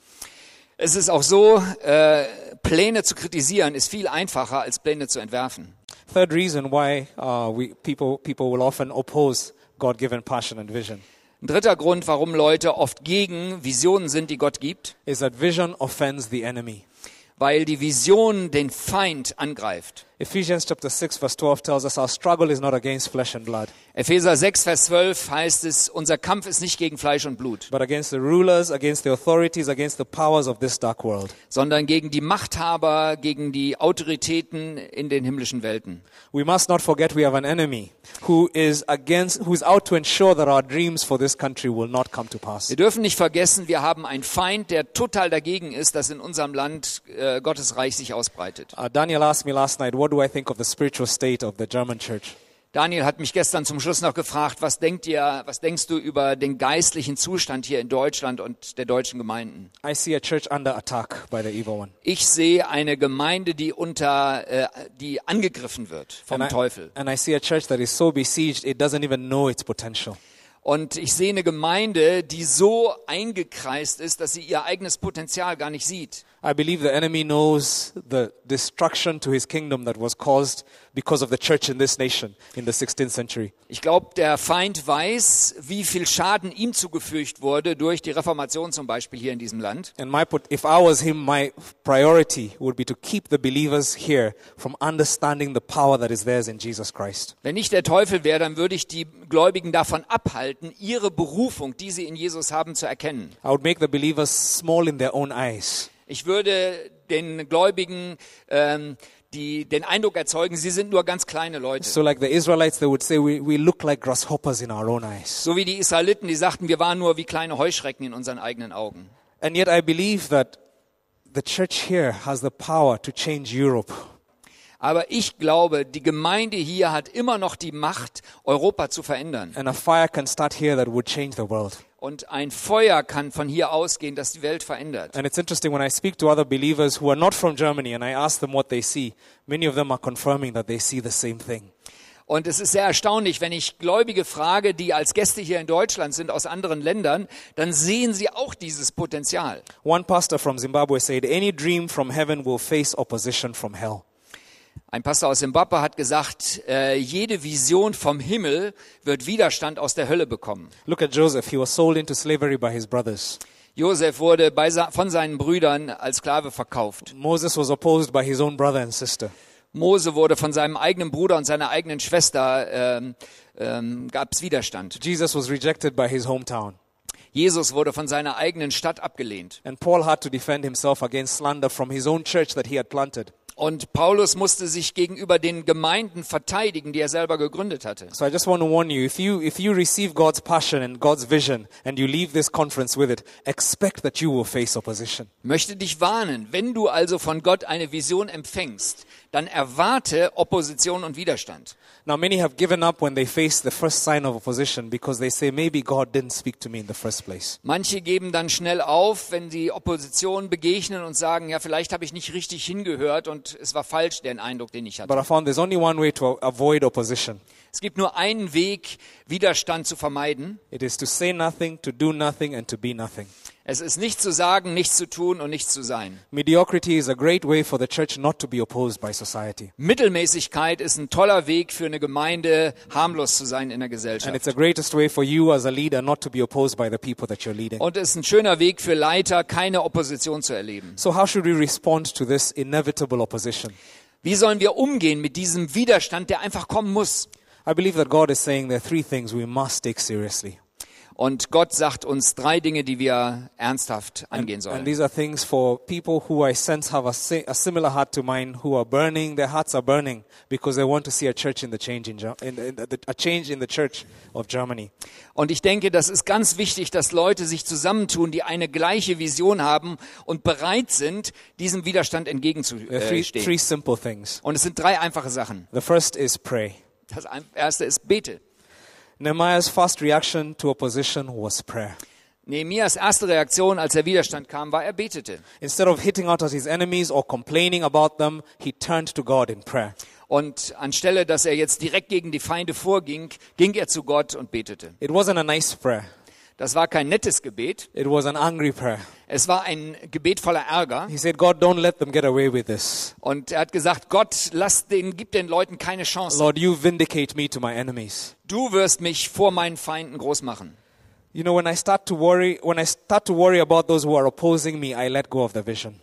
[SPEAKER 2] Es ist auch so, äh, Pläne zu kritisieren ist viel einfacher, als Pläne zu entwerfen.
[SPEAKER 1] Third reason why uh, we, people, people will often oppose God given passion and vision
[SPEAKER 2] Ein dritter Grund, warum Leute oft gegen Visionen sind, die Gott gibt,
[SPEAKER 1] is that vision offends the enemy.
[SPEAKER 2] weil die Vision den Feind angreift.
[SPEAKER 1] Ephesians chapter 6 verse 12 tells us our struggle is not against flesh and blood,
[SPEAKER 2] Epheser 6, Vers 12 heißt es, unser Kampf ist nicht gegen Fleisch und Blut,
[SPEAKER 1] but against the rulers, against the authorities, against the powers of this dark world.
[SPEAKER 2] sondern gegen die Machthaber, gegen die Autoritäten in den himmlischen Welten.
[SPEAKER 1] We must not forget we have an enemy who is against who's out to ensure that our dreams for this country will not come to pass.
[SPEAKER 2] Wir dürfen nicht vergessen, wir haben einen Feind, der total dagegen ist, dass in unserem Land äh, Gottes Reich sich ausbreitet.
[SPEAKER 1] Uh, Daniel asked me last night, what do I think of the spiritual state of the German church?
[SPEAKER 2] Daniel hat mich gestern zum Schluss noch gefragt, was denkt ihr, was denkst du über den geistlichen Zustand hier in Deutschland und der deutschen Gemeinden?
[SPEAKER 1] I see a church under attack by the evil one.
[SPEAKER 2] Ich sehe eine Gemeinde, die unter, äh, die angegriffen wird vom
[SPEAKER 1] And I-
[SPEAKER 2] Teufel.
[SPEAKER 1] and I see a church that is so besieged it doesn't even know its potential.
[SPEAKER 2] Und ich sehe eine Gemeinde, die so eingekreist ist, dass sie ihr eigenes Potenzial gar nicht sieht.
[SPEAKER 1] I believe the enemy knows the destruction to his kingdom that was caused because of the church in this nation in the 16th century.
[SPEAKER 2] Ich glaube, der Feind weiß, wie viel Schaden ihm zugefügt wurde durch die Reformation zum Beispiel hier in diesem Land.
[SPEAKER 1] And my pot- if I was him, my priority would be to keep the believers here from understanding the power that is theirs in Jesus Christ.
[SPEAKER 2] Wenn ich der Teufel wäre, dann würde ich die Gläubigen davon abhalten, ihre Berufung, die sie in Jesus haben, zu erkennen.
[SPEAKER 1] I would make the believers small in their own eyes.
[SPEAKER 2] Ich würde den Gläubigen ähm, die, den Eindruck erzeugen, sie sind nur ganz kleine Leute.
[SPEAKER 1] So, like the Israelites, they would say, we, we look like grasshoppers in our own eyes.
[SPEAKER 2] So wie die Israeliten, die sagten, wir waren nur wie kleine Heuschrecken in unseren eigenen Augen.
[SPEAKER 1] And yet, I believe that the church here has the power to change Europe.
[SPEAKER 2] Aber ich glaube, die Gemeinde hier hat immer noch die Macht, Europa zu verändern.
[SPEAKER 1] And a fire can start here that would change the world.
[SPEAKER 2] Und ein Feuer kann von hier ausgehen, das die Welt verändert.
[SPEAKER 1] And it's interesting when I speak to other believers who are not from Germany and I ask them what they see, many of them are confirming that they see the same thing.
[SPEAKER 2] Und es ist sehr erstaunlich, wenn ich Gläubige frage, die als Gäste hier in Deutschland sind, aus anderen Ländern, dann sehen sie auch dieses Potenzial.
[SPEAKER 1] One pastor from Zimbabwe said, Any dream from heaven will face opposition from hell.
[SPEAKER 2] Ein Pastor aus Simbabwe hat gesagt, äh, jede Vision vom Himmel wird Widerstand aus der Hölle bekommen.
[SPEAKER 1] Look at Joseph. He was sold into slavery by his brothers.
[SPEAKER 2] Josef wurde bei, sa- von seinen Brüdern als Sklave verkauft.
[SPEAKER 1] Moses was opposed by his own brother and sister.
[SPEAKER 2] Mose wurde von seinem eigenen Bruder und seiner eigenen Schwester, ähm, ähm, gab es Widerstand.
[SPEAKER 1] Jesus was rejected by his hometown.
[SPEAKER 2] Jesus wurde von seiner eigenen Stadt abgelehnt.
[SPEAKER 1] And Paul had to defend himself against slander from his own church that he had planted.
[SPEAKER 2] Und Paulus musste sich gegenüber den Gemeinden verteidigen, die er selber gegründet hatte.
[SPEAKER 1] So I just want to warn you if, you if you receive God's passion and God's vision and you leave this conference with it, expect that you will face opposition.
[SPEAKER 2] Ich möchte dich warnen, wenn du also von Gott eine Vision empfängst, dann erwarte Opposition und Widerstand.
[SPEAKER 1] Now, many have given up when they face the first sign of opposition because they say, maybe God didn't speak to me in the first place.
[SPEAKER 2] Manche geben dann schnell auf, wenn sie Opposition begegnen und sagen, ja, vielleicht habe ich nicht richtig hingehört und es war falsch, der Eindruck, den ich hatte.
[SPEAKER 1] But I found there's only one way to a- avoid opposition
[SPEAKER 2] Es gibt nur einen Weg, Widerstand zu vermeiden.
[SPEAKER 1] it is to say nothing, to do nothing, and to be nothing.
[SPEAKER 2] Es ist nichts zu sagen, nichts zu tun und nichts zu sein.
[SPEAKER 1] Mediocrity is a great way for the church not to be opposed by society.
[SPEAKER 2] Mittelmäßigkeit ist ein toller Weg für eine Gemeinde, harmlos zu sein in der Gesellschaft.
[SPEAKER 1] And it's the greatest way for you as a leader not to be opposed by the people that you're leading.
[SPEAKER 2] Und es ist ein schöner Weg für Leiter, keine Opposition zu erleben.
[SPEAKER 1] So, how should we respond to this inevitable opposition?
[SPEAKER 2] Wie sollen wir umgehen mit diesem Widerstand, der einfach kommen muss?
[SPEAKER 1] I believe that God is saying there are three things we must take seriously.
[SPEAKER 2] Und Gott sagt uns drei Dinge, die wir ernsthaft angehen
[SPEAKER 1] And
[SPEAKER 2] sollen.
[SPEAKER 1] these are things for people who I sense have a, si- a similar heart to mine, who are burning. Their hearts are burning because they want to see a change in the change in, Ger- in, the- in the, a change in the church of Germany.
[SPEAKER 2] Und ich denke, das ist ganz wichtig, dass Leute sich zusammentun, die eine gleiche Vision haben und bereit sind, diesem Widerstand
[SPEAKER 1] There are Äh, three, three
[SPEAKER 2] entgegenzustehen.
[SPEAKER 1] simple things.
[SPEAKER 2] Und es sind drei einfache Sachen.
[SPEAKER 1] The first is pray.
[SPEAKER 2] Das ein- erste ist Bete.
[SPEAKER 1] Nehemiah's first reaction to opposition was prayer.
[SPEAKER 2] Nehemias erste Reaktion, als der Widerstand kam, war, er betete.
[SPEAKER 1] Instead of hitting out at his enemies or complaining about them, he turned to God in prayer.
[SPEAKER 2] Und anstelle, dass er jetzt direkt gegen die Feinde vorging, ging er zu Gott und betete.
[SPEAKER 1] It wasn't a nice prayer.
[SPEAKER 2] Das war kein nettes Gebet.
[SPEAKER 1] It was an angry prayer.
[SPEAKER 2] Es war ein Gebet voller Ärger.
[SPEAKER 1] He said, God, don't let them get away with this.
[SPEAKER 2] Und er hat gesagt, Gott, lass den, gib den Leuten keine Chance.
[SPEAKER 1] Lord, you vindicate me to my enemies.
[SPEAKER 2] Du wirst mich vor meinen Feinden groß machen.
[SPEAKER 1] You know, when I start to worry, when I start to worry about those who are opposing me, I let go of the vision.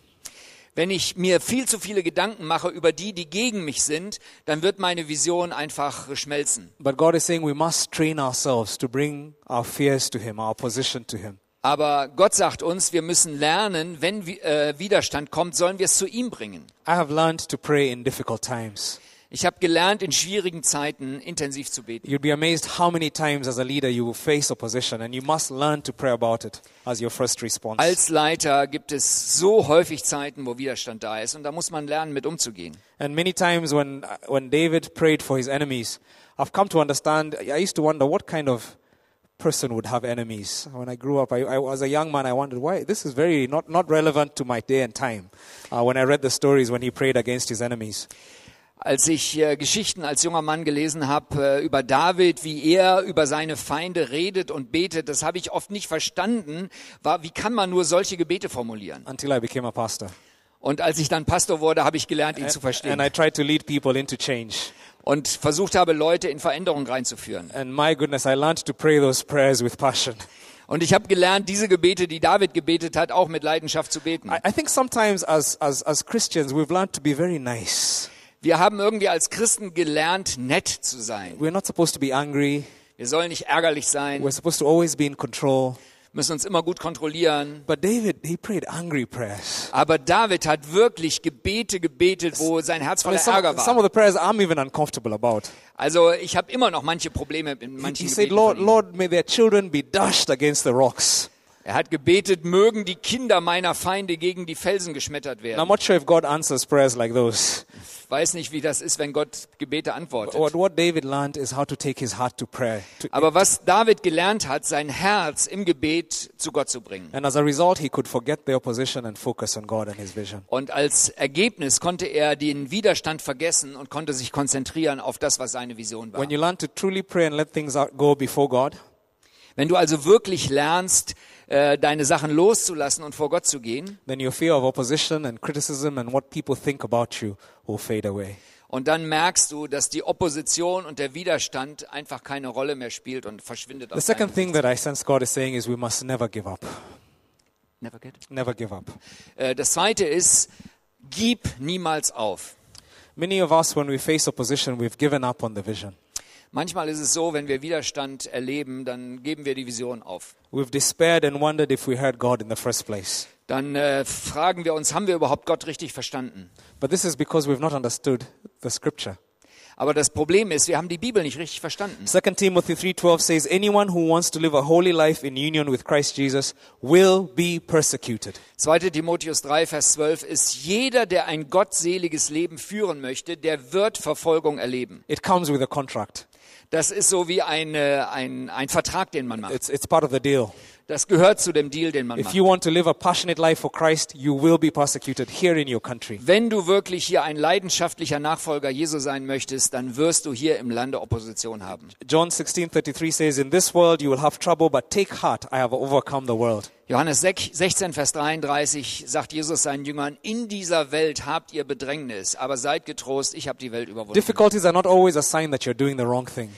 [SPEAKER 2] Wenn ich mir viel zu viele Gedanken mache über die, die gegen mich sind, dann wird meine Vision einfach schmelzen.
[SPEAKER 1] But God is saying we must train ourselves to bring our fears to Him, our opposition to Him.
[SPEAKER 2] Aber Gott sagt uns, wir müssen lernen, wenn wi- äh, Widerstand kommt, sollen wir es zu ihm bringen.
[SPEAKER 1] I have learned to pray in difficult times.
[SPEAKER 2] Ich habe gelernt, in schwierigen Zeiten intensiv zu beten.
[SPEAKER 1] You'd be amazed how many times as a leader you will face opposition, and you must learn to pray about it as your first response.
[SPEAKER 2] Als Leiter gibt es so häufig Zeiten, wo Widerstand da ist und da muss man lernen, mit umzugehen.
[SPEAKER 1] And many times when, when David prayed for his enemies, I've come to understand, I used to wonder what kind of person would have enemies. When I grew up, I, I was a young man, I wondered why. This is very not, not relevant to my day and time. Uh, when I read the stories when he prayed against his enemies,
[SPEAKER 2] Als ich äh, Geschichten als junger Mann gelesen habe äh, über David, wie er über seine Feinde redet und betet, das habe ich oft nicht verstanden, war, wie kann man nur solche Gebete formulieren?
[SPEAKER 1] until I became a pastor.
[SPEAKER 2] Und als ich dann Pastor wurde, habe ich gelernt, ihn zu
[SPEAKER 1] And I
[SPEAKER 2] verstehen
[SPEAKER 1] tried to lead people into change.
[SPEAKER 2] und versucht habe, Leute in Veränderung reinzuführen.
[SPEAKER 1] And my goodness, I learned to pray those prayers with passion.
[SPEAKER 2] Und ich habe gelernt, diese Gebete, die David gebetet hat, auch mit Leidenschaft zu beten.
[SPEAKER 1] I, I think sometimes as, as, as Christians, we've learned to be very nice.
[SPEAKER 2] Wir haben irgendwie als Christen gelernt, nett zu sein.
[SPEAKER 1] We're not supposed to be angry.
[SPEAKER 2] Wir sollen nicht ärgerlich sein,
[SPEAKER 1] We're supposed to always be in control.
[SPEAKER 2] müssen uns immer gut kontrollieren.
[SPEAKER 1] But David, he prayed angry prayers.
[SPEAKER 2] Aber David hat wirklich Gebete gebetet, wo sein Herz
[SPEAKER 1] I mean,
[SPEAKER 2] voller Ärger
[SPEAKER 1] some, some
[SPEAKER 2] war.
[SPEAKER 1] of the prayers I'm even uncomfortable about.
[SPEAKER 2] Also ich habe immer noch manche Probleme mit
[SPEAKER 1] He
[SPEAKER 2] manchen
[SPEAKER 1] said,
[SPEAKER 2] Gebeten.
[SPEAKER 1] Lord,
[SPEAKER 2] Von ihm.
[SPEAKER 1] Lord, may their children be dashed against the rocks.
[SPEAKER 2] Er hat gebetet, mögen die Kinder meiner Feinde gegen die Felsen geschmettert
[SPEAKER 1] And I'm
[SPEAKER 2] werden.
[SPEAKER 1] not sure if God answers prayers like those.
[SPEAKER 2] Weiß nicht, wie das ist, wenn Gott Gebete antwortet.
[SPEAKER 1] What, what David learned is how to take his heart to prayer. to-
[SPEAKER 2] Aber was David gelernt hat, sein Herz im Gebet zu Gott zu bringen.
[SPEAKER 1] and as a result, he could forget the opposition and focus on God and his vision.
[SPEAKER 2] Und als Ergebnis konnte er den Widerstand vergessen und konnte sich konzentrieren auf das, was seine Vision war.
[SPEAKER 1] When you learn to truly pray and let things out, go before God,
[SPEAKER 2] Wenn du also wirklich lernst, äh, deine Sachen loszulassen und vor Gott zu gehen,
[SPEAKER 1] then your fear of opposition and criticism and what people think about you will fade away.
[SPEAKER 2] und dann merkst du, dass die Opposition und der Widerstand einfach keine Rolle mehr spielt und verschwindet.
[SPEAKER 1] The
[SPEAKER 2] aus deinem
[SPEAKER 1] second thing that I sense God is saying is we must never give up.
[SPEAKER 2] Never get it.
[SPEAKER 1] Never give up.
[SPEAKER 2] Äh, Das zweite ist, gib niemals auf.
[SPEAKER 1] Many of us, when we face opposition, we've given up on the vision.
[SPEAKER 2] Manchmal ist es so, wenn wir Widerstand erleben, dann geben wir die Vision auf.
[SPEAKER 1] We've despaired and wondered if we heard God in the first place.
[SPEAKER 2] Dann äh, fragen wir uns, haben wir überhaupt Gott richtig verstanden?
[SPEAKER 1] But this is because we've not understood the scripture.
[SPEAKER 2] Aber das Problem ist, wir haben die Bibel nicht richtig verstanden.
[SPEAKER 1] 2 Timothy 3:12 says anyone who wants to live a holy life in union with Christ Jesus will be persecuted.
[SPEAKER 2] 2. Timotheus 3, Vers 12 ist, jeder, der ein gottseliges Leben führen möchte, der wird Verfolgung erleben.
[SPEAKER 1] It comes with a contract.
[SPEAKER 2] Das ist so wie ein, äh, ein, ein Vertrag, den man macht.
[SPEAKER 1] It's it's part of the deal.
[SPEAKER 2] Das gehört zu dem Deal, den man
[SPEAKER 1] If
[SPEAKER 2] macht.
[SPEAKER 1] you want to live a passionate life for Christ, you will be persecuted here in your country.
[SPEAKER 2] Wenn du wirklich hier ein leidenschaftlicher Nachfolger Jesu sein möchtest, dann wirst du hier im Lande Opposition haben.
[SPEAKER 1] John 16:33 says in this world you will have trouble but take heart I have overcome the world.
[SPEAKER 2] Johannes 6, 16, Vers 33 sagt Jesus seinen Jüngern, in dieser Welt habt ihr Bedrängnis, aber seid getrost, ich habe die Welt überwunden.
[SPEAKER 1] Difficulties are not always a sign that you're doing the wrong thing.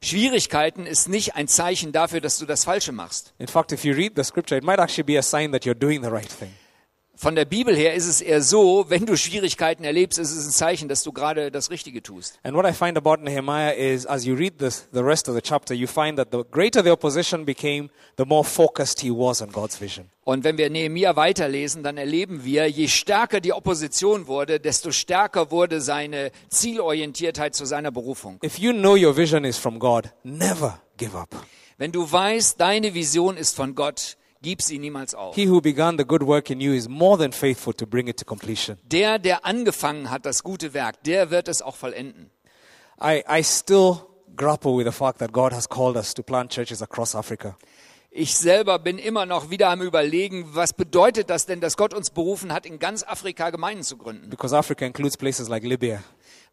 [SPEAKER 2] Schwierigkeiten ist nicht ein Zeichen dafür, dass du das Falsche machst.
[SPEAKER 1] In fact, if you read the scripture, it might actually be a sign that you're doing the right thing.
[SPEAKER 2] Von der Bibel her ist es eher so, wenn du Schwierigkeiten erlebst, ist es ein Zeichen, dass du gerade das Richtige tust.
[SPEAKER 1] And what I find about Nehemiah is as you read this, the rest of the chapter, you find that the greater the opposition became, the more focused he was on God's vision.
[SPEAKER 2] Und wenn wir Nehemia weiterlesen, dann erleben wir, je stärker die Opposition wurde, desto stärker wurde seine Zielorientiertheit zu seiner Berufung.
[SPEAKER 1] If you know your vision is from God, never give up.
[SPEAKER 2] Wenn du weißt, deine Vision ist von Gott, gib sie niemals auf.
[SPEAKER 1] He who began the good work in you is more than faithful to bring it to completion.
[SPEAKER 2] Der, der angefangen hat, das gute Werk, der wird es auch vollenden.
[SPEAKER 1] I, I still grapple with the fact that God has called us to plant churches across Africa.
[SPEAKER 2] Ich selber bin immer noch wieder am Überlegen, was bedeutet das denn, dass Gott uns berufen hat, in ganz Afrika Gemeinden zu gründen?
[SPEAKER 1] Because Africa includes places like Libya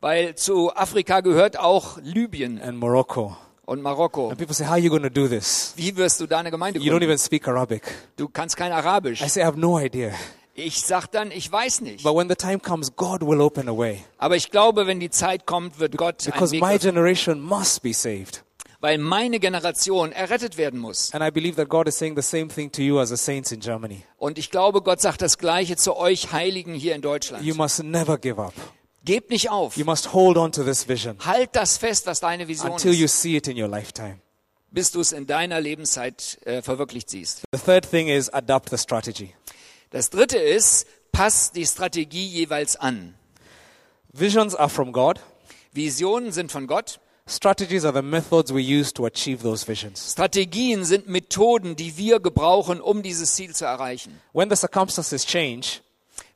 [SPEAKER 2] Weil zu Afrika gehört auch Libyen
[SPEAKER 1] and Morocco.
[SPEAKER 2] und Marokko.
[SPEAKER 1] And people say, How are you going to do this?
[SPEAKER 2] Wie wirst du deine Gemeinde
[SPEAKER 1] You don't
[SPEAKER 2] gründen?
[SPEAKER 1] even speak Arabic.
[SPEAKER 2] Du kannst kein Arabisch.
[SPEAKER 1] I say, I have no idea.
[SPEAKER 2] Ich sag dann, ich weiß nicht.
[SPEAKER 1] But when the time comes, God will open a way.
[SPEAKER 2] Aber ich glaube, wenn die Zeit kommt, wird Gott einen
[SPEAKER 1] Because
[SPEAKER 2] Weg
[SPEAKER 1] my
[SPEAKER 2] öffnen,
[SPEAKER 1] generation must be saved.
[SPEAKER 2] weil meine Generation errettet werden muss.
[SPEAKER 1] And I believe that God is saying the same thing to you as the saints in Germany.
[SPEAKER 2] Und ich glaube, Gott sagt das Gleiche zu euch Heiligen hier in Deutschland.
[SPEAKER 1] You must never give up.
[SPEAKER 2] Gebt nicht auf.
[SPEAKER 1] You must hold on to this vision
[SPEAKER 2] Halt das fest, was deine Vision
[SPEAKER 1] until you
[SPEAKER 2] ist,
[SPEAKER 1] see it in your lifetime.
[SPEAKER 2] bis du es in deiner Lebenszeit äh, verwirklicht siehst.
[SPEAKER 1] The third thing is adapt the strategy.
[SPEAKER 2] Das dritte ist, pass die Strategie jeweils an.
[SPEAKER 1] Visions are from God.
[SPEAKER 2] Visionen sind von Gott.
[SPEAKER 1] Strategies are the methods we use to achieve those visions.
[SPEAKER 2] Strategien sind Methoden, die wir gebrauchen, um dieses Ziel zu erreichen.
[SPEAKER 1] When the circumstances change,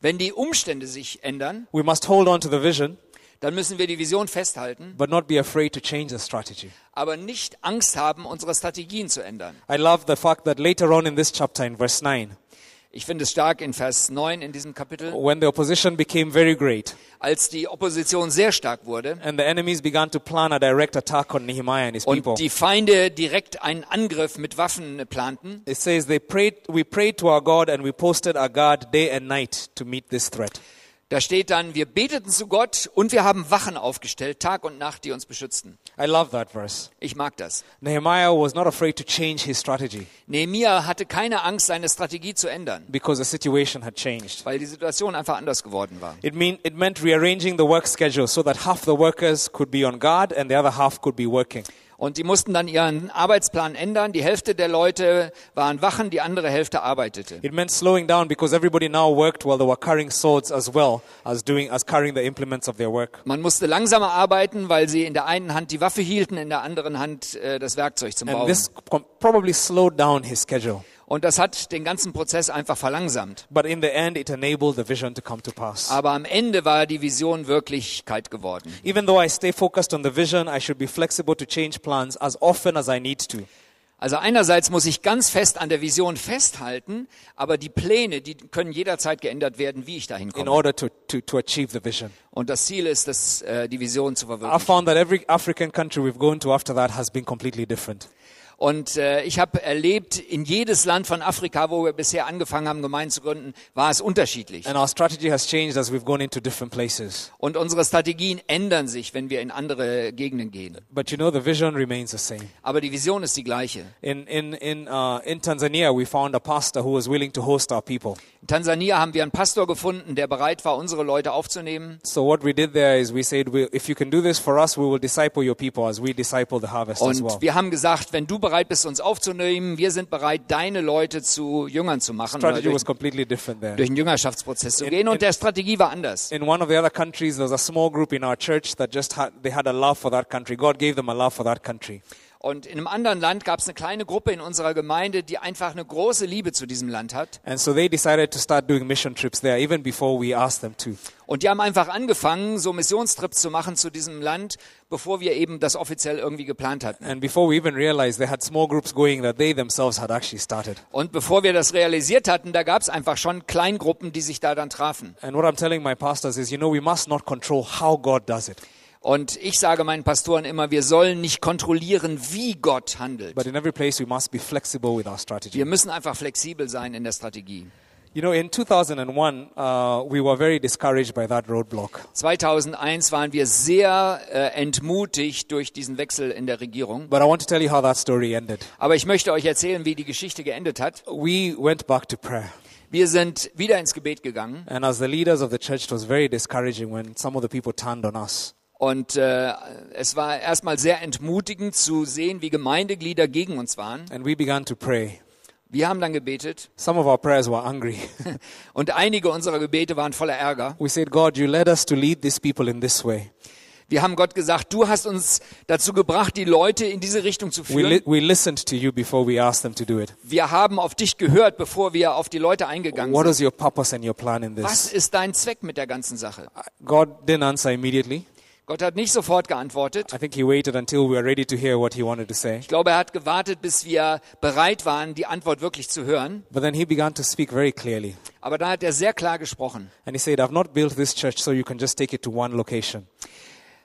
[SPEAKER 2] Wenn die Umstände sich ändern,
[SPEAKER 1] we must hold on to the vision,
[SPEAKER 2] dann müssen wir die Vision festhalten,
[SPEAKER 1] but not be afraid to change the strategy.
[SPEAKER 2] aber nicht Angst haben, unsere Strategien zu ändern.
[SPEAKER 1] I love the fact that later on in this chapter, in verse 9,
[SPEAKER 2] Ich finde es stark in Vers 9 in diesem Kapitel,
[SPEAKER 1] when the opposition became very great
[SPEAKER 2] als die Opposition sehr stark wurde
[SPEAKER 1] and the enemies began to plan a direct attack on Nehemiah and his people,
[SPEAKER 2] und die Feinde direkt einen Angriff mit Waffen planten,
[SPEAKER 1] it says, they prayed, We prayed to our God and we posted our guard day and night to meet this threat.
[SPEAKER 2] da steht dann, wir beteten zu Gott und wir haben Wachen aufgestellt, Tag und Nacht, die uns beschützten.
[SPEAKER 1] I love that verse.
[SPEAKER 2] Ich mag das.
[SPEAKER 1] Nehemiah was not afraid to change his strategy
[SPEAKER 2] Nehemia hatte keine Angst, seine Strategie zu ändern,
[SPEAKER 1] because the situation had changed.
[SPEAKER 2] weil die Situation einfach anders geworden war.
[SPEAKER 1] It, mean, it meant rearranging the work schedule so that half the workers could be on guard and the other half could be working.
[SPEAKER 2] Und die mussten dann ihren Arbeitsplan ändern. Die Hälfte der Leute waren wachen, die andere Hälfte arbeitete.
[SPEAKER 1] It meant slowing down because everybody now worked while they were carrying swords as well as doing as carrying the implements of their work.
[SPEAKER 2] Man musste langsamer arbeiten, weil sie in der einen Hand die Waffe hielten, in der anderen Hand äh, das Werkzeug zum
[SPEAKER 1] And
[SPEAKER 2] Bauen.
[SPEAKER 1] this com- probably slowed down his schedule.
[SPEAKER 2] Und das hat den ganzen Prozess einfach verlangsamt.
[SPEAKER 1] But in the end, it enabled the vision to come to pass.
[SPEAKER 2] Aber am Ende war die Vision Wirklichkeit geworden.
[SPEAKER 1] Even though I stay focused on the vision, I should be flexible to change plans as often as I need to.
[SPEAKER 2] Also einerseits muss ich ganz fest an der Vision festhalten, aber die Pläne, die können jederzeit geändert werden, wie ich dahin
[SPEAKER 1] in
[SPEAKER 2] komme.
[SPEAKER 1] order to, to, to achieve the vision.
[SPEAKER 2] Und das Ziel ist, das, äh, die Vision zu verwirklichen.
[SPEAKER 1] I found that every African country we've gone to after that has been completely different.
[SPEAKER 2] Und äh, ich habe erlebt, in jedes Land von Afrika, wo wir bisher angefangen haben, Gemeinden zu gründen, war es unterschiedlich.
[SPEAKER 1] And our strategy has changed as we've gone into different places.
[SPEAKER 2] Und unsere Strategien ändern sich, wenn wir in andere Gegenden gehen.
[SPEAKER 1] But you know, the vision remains the same.
[SPEAKER 2] Aber die Vision ist die gleiche.
[SPEAKER 1] In, in, in, uh, in Tanzania, we found a pastor who was willing to host our people.
[SPEAKER 2] In Tansania haben wir einen Pastor gefunden, der bereit war, unsere Leute aufzunehmen.
[SPEAKER 1] So what we did there is we said, we, if you can do this for us, we will disciple your people as we disciple the harvest as well.
[SPEAKER 2] Und wir haben gesagt, wenn du bereit bist, uns aufzunehmen, wir sind bereit, deine Leute zu Jüngern zu machen, oder
[SPEAKER 1] Strategy was
[SPEAKER 2] durch,
[SPEAKER 1] completely different there.
[SPEAKER 2] durch einen Jüngerschaftsprozess zu
[SPEAKER 1] In-
[SPEAKER 2] gehen.
[SPEAKER 1] in-
[SPEAKER 2] Und der Strategie war anders.
[SPEAKER 1] In one of the other countries, there was a small group in our church that just had, they had a love for that country. God gave them a love for that country.
[SPEAKER 2] Und in einem anderen Land gab es eine kleine Gruppe in unserer Gemeinde, die einfach eine große Liebe zu diesem Land hat.
[SPEAKER 1] And so they decided to start doing mission trips there even before we asked them to.
[SPEAKER 2] Und die haben einfach angefangen, so Missionstrips zu machen zu diesem Land, bevor wir eben das offiziell irgendwie geplant hatten.
[SPEAKER 1] And before we even realized they had small groups going that they themselves had actually started.
[SPEAKER 2] Und bevor wir das realisiert hatten, da gab es einfach schon Kleingruppen, die sich da dann trafen.
[SPEAKER 1] And what I'm telling my pastors is, you know, we must not control how God does it.
[SPEAKER 2] Und ich sage meinen Pastoren immer, wir sollen nicht kontrollieren, wie Gott handelt.
[SPEAKER 1] But in every place, we must be flexible with our
[SPEAKER 2] Wir
[SPEAKER 1] strategy.
[SPEAKER 2] müssen einfach flexibel sein in der Strategie.
[SPEAKER 1] You know, in 2001, uh, we were very discouraged by that roadblock.
[SPEAKER 2] 2001 waren wir sehr äh, entmutigt durch diesen Wechsel in der Regierung.
[SPEAKER 1] But I want to tell you how that story ended.
[SPEAKER 2] Aber ich möchte euch erzählen, wie die Geschichte geendet hat.
[SPEAKER 1] We went back to prayer.
[SPEAKER 2] Wir sind wieder ins Gebet gegangen
[SPEAKER 1] And as the leaders of the church, it was very discouraging when some of the people turned on us.
[SPEAKER 2] und äh, es war erstmal sehr entmutigend zu sehen, wie Gemeindeglieder gegen uns waren.
[SPEAKER 1] And we began to pray.
[SPEAKER 2] Wir haben dann gebetet
[SPEAKER 1] Some of our prayers were angry.
[SPEAKER 2] und einige unserer Gebete waren voller Ärger.
[SPEAKER 1] we said, God, you led us to lead these people in this way.
[SPEAKER 2] Wir haben Gott gesagt, du hast uns dazu gebracht, die Leute in diese Richtung zu
[SPEAKER 1] We, li-
[SPEAKER 2] führen.
[SPEAKER 1] we listened to you before we asked them to do it.
[SPEAKER 2] Wir haben auf dich gehört, bevor wir auf die Leute eingegangen
[SPEAKER 1] What
[SPEAKER 2] sind.
[SPEAKER 1] is your purpose and your plan in
[SPEAKER 2] Was
[SPEAKER 1] this?
[SPEAKER 2] ist dein Zweck mit der ganzen Sache?
[SPEAKER 1] God didn't answer immediately.
[SPEAKER 2] Gott hat nicht sofort geantwortet.
[SPEAKER 1] I think he waited until we were ready to hear what he wanted to say.
[SPEAKER 2] Ich glaube, er hat gewartet, bis wir bereit waren, die Antwort wirklich zu hören.
[SPEAKER 1] But then he began to speak very clearly.
[SPEAKER 2] Aber da hat er sehr klar gesprochen.
[SPEAKER 1] And he said, I've not built this church so you can just take it to one location.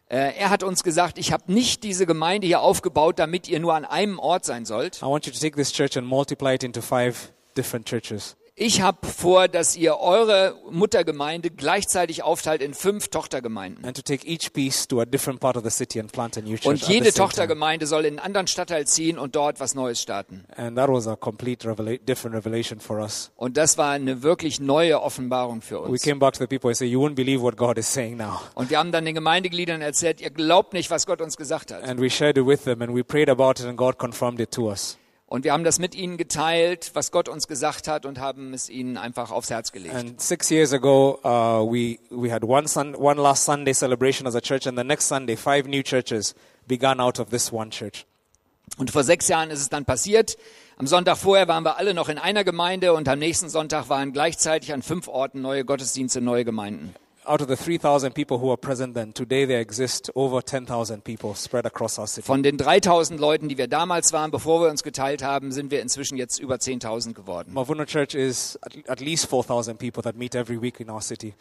[SPEAKER 2] Äh, Er hat uns gesagt, ich habe nicht diese Gemeinde hier aufgebaut, damit ihr nur an einem Ort sein sollt.
[SPEAKER 1] I want you to take this church and multiply it into five different churches.
[SPEAKER 2] Ich habe vor, dass ihr eure Muttergemeinde gleichzeitig aufteilt in fünf Tochtergemeinden.
[SPEAKER 1] And to take each piece to a different part of the city and plant a new church.
[SPEAKER 2] Und
[SPEAKER 1] at the
[SPEAKER 2] jede
[SPEAKER 1] same time.
[SPEAKER 2] Tochtergemeinde soll in einen anderen Stadtteil ziehen und dort was Neues starten.
[SPEAKER 1] And that was a complete revela- different revelation for us.
[SPEAKER 2] Und das war eine wirklich neue Offenbarung für
[SPEAKER 1] We
[SPEAKER 2] uns.
[SPEAKER 1] came back to the people and said, You won't believe what God is saying now.
[SPEAKER 2] Und wir haben dann den Gemeindegliedern erzählt, ihr glaubt nicht, was Gott uns gesagt hat.
[SPEAKER 1] And we shared it with them and we prayed about it and God confirmed it to us.
[SPEAKER 2] Und wir haben das mit ihnen geteilt, was Gott uns gesagt hat und haben es ihnen einfach aufs Herz gelegt.
[SPEAKER 1] And six years ago, uh, we, we had one, sun, one last Sunday celebration as a church, and the next Sunday, five new churches began out of this one church.
[SPEAKER 2] Und vor sechs Jahren ist es dann passiert. Am Sonntag vorher waren wir alle noch in einer Gemeinde und am nächsten Sonntag waren gleichzeitig an fünf Orten neue Gottesdienste, neue Gemeinden.
[SPEAKER 1] Out of the 3,000 people who were present then, today there exist over 10,000 people spread across our city.
[SPEAKER 2] Von den 3000 Leuten, die wir damals waren, bevor wir uns geteilt haben, sind wir inzwischen jetzt über 10.000 geworden.
[SPEAKER 1] Mavuno Church is at- at least 4,000 people that meet every week in our city.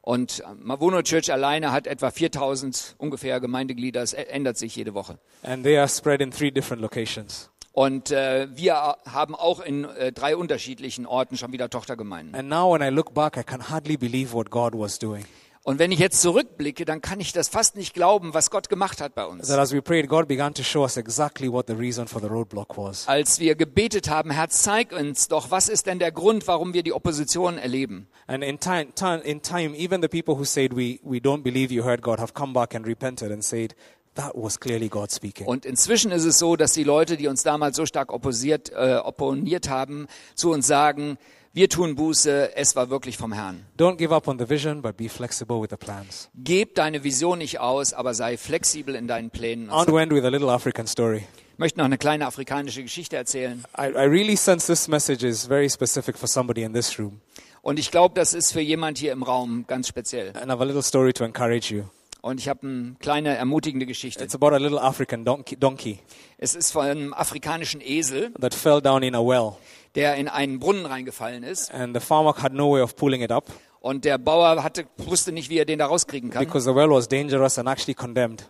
[SPEAKER 2] Und äh, Mavuno Church alleine hat etwa 4000 ungefähr Gemeindeglieder. Es ä- ändert sich jede Woche.
[SPEAKER 1] And they are spread in three different locations.
[SPEAKER 2] Und äh, wir haben auch in äh, drei unterschiedlichen Orten schon wieder Tochtergemeinden.
[SPEAKER 1] And now when I look back, I can hardly believe what God was doing.
[SPEAKER 2] Und wenn ich jetzt zurückblicke, dann kann ich das fast nicht glauben, was Gott gemacht hat bei uns.
[SPEAKER 1] That as we prayed, God began to show us exactly what the reason for the roadblock was.
[SPEAKER 2] Als wir gebetet haben, Herr, zeig uns doch, was ist denn der Grund, warum wir die Opposition erleben?
[SPEAKER 1] And in time, time, in time, even the people who said, we, we don't believe you heard God, have come back and repented and said, that was clearly God speaking.
[SPEAKER 2] Und inzwischen ist es so, dass die Leute, die uns damals so stark opposiert, äh, opponiert haben, zu uns sagen, wir tun Buße, es war wirklich vom Herrn.
[SPEAKER 1] Don't give up on the vision, but be flexible with the plans.
[SPEAKER 2] Geb deine Vision nicht aus, aber sei flexibel in deinen Plänen.
[SPEAKER 1] I want to end with a little African story.
[SPEAKER 2] Ich möchte noch eine kleine afrikanische Geschichte erzählen.
[SPEAKER 1] I, I really sense this message is very specific for somebody in this room.
[SPEAKER 2] Und ich glaube, das ist für jemand hier im Raum ganz speziell.
[SPEAKER 1] And I have a little story to encourage you.
[SPEAKER 2] Und ich habe eine kleine ermutigende Geschichte.
[SPEAKER 1] It's about a little African donkey, donkey
[SPEAKER 2] Es ist von einem afrikanischen Esel,
[SPEAKER 1] that fell down in a well.
[SPEAKER 2] der in einen Brunnen reingefallen ist.
[SPEAKER 1] And the farmer had no way of pulling it up
[SPEAKER 2] Und der Bauer hatte, wusste nicht, wie er den da rauskriegen kann,
[SPEAKER 1] because the well was dangerous and actually condemned.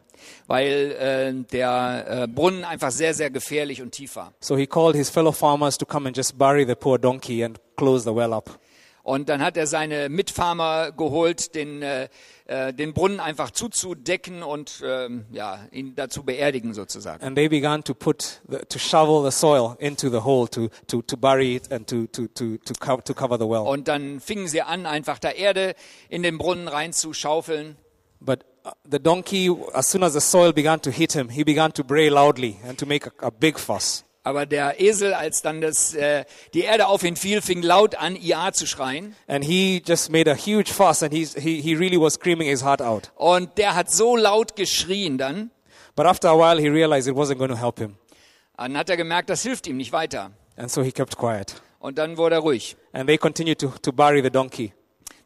[SPEAKER 2] weil äh, der äh, Brunnen einfach sehr, sehr gefährlich und tief war.
[SPEAKER 1] So he called his fellow farmers to come and just bury the poor donkey and close the well up.
[SPEAKER 2] Und dann hat er seine Mitfarmer geholt, den, äh, äh, den Brunnen einfach zuzudecken und ähm, ja, ihn dazu beerdigen sozusagen.
[SPEAKER 1] And they began to put, the, to shovel the soil into the hole to, to, to bury it and to, to, to, to, co- to cover the well.
[SPEAKER 2] Und dann fingen sie an, einfach da Erde in den Brunnen reinzuschaufeln.
[SPEAKER 1] But uh, the donkey, as soon as the soil began to hit him, he began to bray loudly and to make a, a big fuss.
[SPEAKER 2] Aber der Esel, als dann das, äh, die Erde auf ihn fiel, fing laut an, IA zu schreien.
[SPEAKER 1] And he just made a huge fuss and he's, he, he really was screaming his heart out.
[SPEAKER 2] Und der hat so laut geschrien dann,
[SPEAKER 1] But after a while, he realized it wasn't going to help him.
[SPEAKER 2] dann hat er gemerkt, das hilft ihm nicht weiter.
[SPEAKER 1] And so he kept quiet.
[SPEAKER 2] Und dann wurde er ruhig.
[SPEAKER 1] And they continued to, to bury the donkey.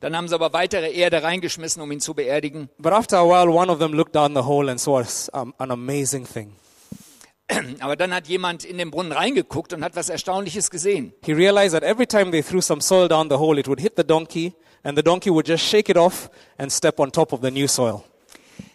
[SPEAKER 2] Dann haben sie aber weitere Erde reingeschmissen, um ihn zu beerdigen.
[SPEAKER 1] But after a while, one of them looked down the hole and saw a s- um, an amazing thing.
[SPEAKER 2] Aber dann hat jemand in den Brunnen reingeguckt und hat was Erstaunliches gesehen.
[SPEAKER 1] He realized that every time they threw some soil down the hole, it would hit the donkey, and the donkey would just shake it off and step on top of the new soil.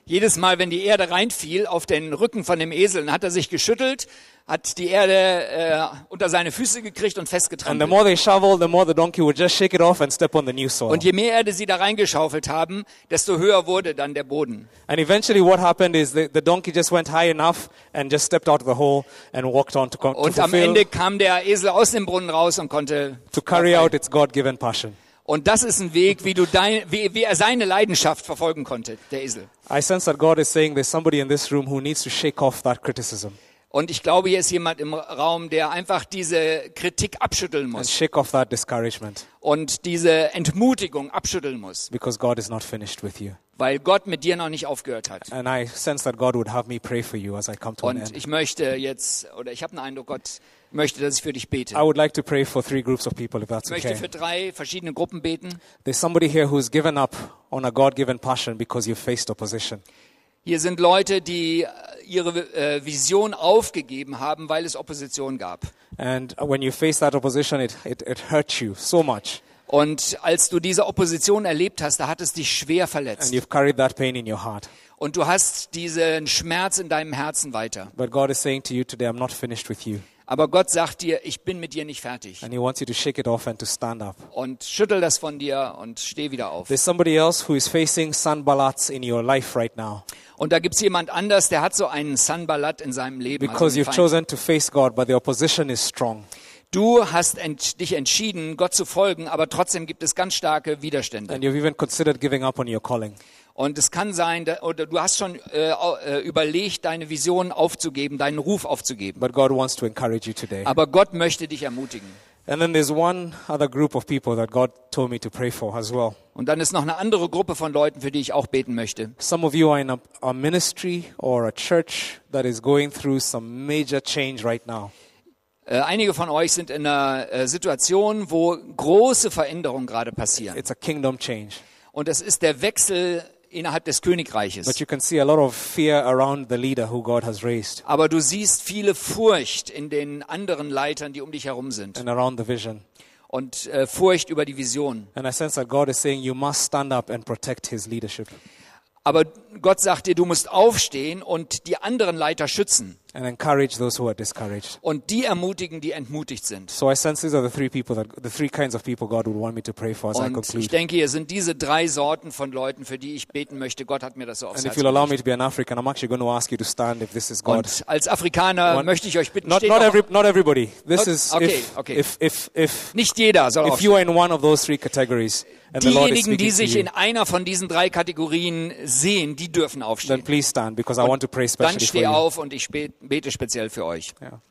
[SPEAKER 2] Jedes Mal, wenn die Erde reinfiel auf den Rücken von dem Esel, dann hat er sich geschüttelt, hat die Erde äh, unter seine Füße gekriegt und
[SPEAKER 1] And the
[SPEAKER 2] festgetrampelt.
[SPEAKER 1] more they shoveled, the more the donkey would just shake it off and step on the new soil.
[SPEAKER 2] Und je mehr Erde sie da reingeschaufelt haben, desto höher wurde dann der Boden.
[SPEAKER 1] And eventually, what happened is the, the donkey just went high enough and just stepped out of the hole and walked on to, con- to,
[SPEAKER 2] Und am
[SPEAKER 1] fulfill,
[SPEAKER 2] Ende kam der Esel aus dem Brunnen raus und konnte.
[SPEAKER 1] to carry out its God given passion.
[SPEAKER 2] Und das ist ein Weg, wie, du dein, wie, wie er seine Leidenschaft verfolgen konnte, der Esel.
[SPEAKER 1] I sense that God is saying there's somebody in this room who needs to shake off that criticism
[SPEAKER 2] Und ich glaube, hier ist jemand im Raum, der einfach diese Kritik abschütteln
[SPEAKER 1] and
[SPEAKER 2] muss
[SPEAKER 1] shake off that discouragement
[SPEAKER 2] und diese Entmutigung abschütteln muss,
[SPEAKER 1] because God is not finished with you.
[SPEAKER 2] weil Gott mit dir noch nicht aufgehört hat.
[SPEAKER 1] And I sense that God would have me pray for you as I come to an
[SPEAKER 2] Und
[SPEAKER 1] end.
[SPEAKER 2] ich möchte jetzt, oder ich habe einen Eindruck, Gott möchte, dass ich für dich bete.
[SPEAKER 1] I would like to pray for three groups of people, if that's
[SPEAKER 2] Ich möchte für
[SPEAKER 1] okay.
[SPEAKER 2] drei verschiedene Gruppen beten.
[SPEAKER 1] There's somebody here who's given up on a God given passion because you faced opposition.
[SPEAKER 2] Hier sind Leute, die äh, ihre äh, Vision aufgegeben haben, weil es Opposition gab.
[SPEAKER 1] And when you face that opposition, it, it, it hurts you so much.
[SPEAKER 2] Und als du diese Opposition erlebt hast, da hat es dich schwer
[SPEAKER 1] And
[SPEAKER 2] verletzt.
[SPEAKER 1] you've carried that pain in your heart.
[SPEAKER 2] Und du hast diesen Schmerz in deinem Herzen weiter.
[SPEAKER 1] But God is saying to you today, I'm not finished with you.
[SPEAKER 2] Aber Gott sagt dir, ich bin mit dir nicht fertig.
[SPEAKER 1] And He wants you to shake it off and to stand up.
[SPEAKER 2] Und schüttel das von dir und steh wieder auf.
[SPEAKER 1] There's somebody else who is facing sanballats in your life right now
[SPEAKER 2] Und da gibt's jemand anders, der hat so einen Sanballat in seinem Leben. also
[SPEAKER 1] because
[SPEAKER 2] einen
[SPEAKER 1] you've
[SPEAKER 2] Feind.
[SPEAKER 1] chosen to face God, but the opposition is strong.
[SPEAKER 2] Du hast ent dich entschieden, Gott zu folgen, aber trotzdem gibt es ganz starke Widerstände.
[SPEAKER 1] And you've even considered giving up on your calling.
[SPEAKER 2] Und es kann sein, da- oder du hast schon äh, au- äh, überlegt, deine Vision aufzugeben, deinen Ruf aufzugeben.
[SPEAKER 1] But God wants to encourage you today.
[SPEAKER 2] Aber Gott möchte dich ermutigen.
[SPEAKER 1] And then there's one other group of people that God told me to pray for as well.
[SPEAKER 2] Und dann ist noch eine andere Gruppe von Leuten, für die ich auch beten möchte.
[SPEAKER 1] Some of you are in a, a ministry or a church that is going through some major change right now.
[SPEAKER 2] Äh, einige von euch sind in einer äh, Situation, wo große Veränderungen gerade passieren.
[SPEAKER 1] It's a kingdom change.
[SPEAKER 2] Und das ist der Wechsel innerhalb des
[SPEAKER 1] But
[SPEAKER 2] Königreiches.
[SPEAKER 1] you can see a lot of fear around the leader who God has raised
[SPEAKER 2] Aber du siehst viele Furcht in den anderen Leitern, die um dich herum sind.
[SPEAKER 1] and around the vision.
[SPEAKER 2] Und äh, Furcht über die Vision.
[SPEAKER 1] And I sense that God is saying you must stand up and protect his leadership
[SPEAKER 2] Aber Gott sagt dir, du musst aufstehen und die anderen Leiter schützen.
[SPEAKER 1] and encourage those who are discouraged.
[SPEAKER 2] Und die ermutigen, die entmutigt sind.
[SPEAKER 1] So I sense these are the three people that the three kinds of people God would want me to pray for as I
[SPEAKER 2] Und ich
[SPEAKER 1] conclude.
[SPEAKER 2] denke, hier sind diese drei Sorten von Leuten, für die ich beten möchte. Gott hat mir das so aufs
[SPEAKER 1] And if
[SPEAKER 2] Herz
[SPEAKER 1] you'll allow me
[SPEAKER 2] gelegt.
[SPEAKER 1] to be an African, I'm actually going to ask you to stand if this is God.
[SPEAKER 2] Und als Afrikaner
[SPEAKER 1] One-
[SPEAKER 2] möchte ich euch bitten,
[SPEAKER 1] Not,
[SPEAKER 2] steht
[SPEAKER 1] not,
[SPEAKER 2] auf-
[SPEAKER 1] every, not everybody. This is
[SPEAKER 2] Okay,
[SPEAKER 1] if,
[SPEAKER 2] okay.
[SPEAKER 1] if, if, if,
[SPEAKER 2] nicht jeder soll
[SPEAKER 1] if you are in one of those three categories and the Lord is
[SPEAKER 2] Diejenigen,
[SPEAKER 1] speaking
[SPEAKER 2] die
[SPEAKER 1] to
[SPEAKER 2] sich in
[SPEAKER 1] you,
[SPEAKER 2] einer von diesen drei Kategorien sehen, die dürfen
[SPEAKER 1] then
[SPEAKER 2] aufstehen.
[SPEAKER 1] please stand because I want to pray specially
[SPEAKER 2] Dann
[SPEAKER 1] for
[SPEAKER 2] steh
[SPEAKER 1] you.
[SPEAKER 2] auf und ich spe- bete speziell für euch.
[SPEAKER 1] Yeah.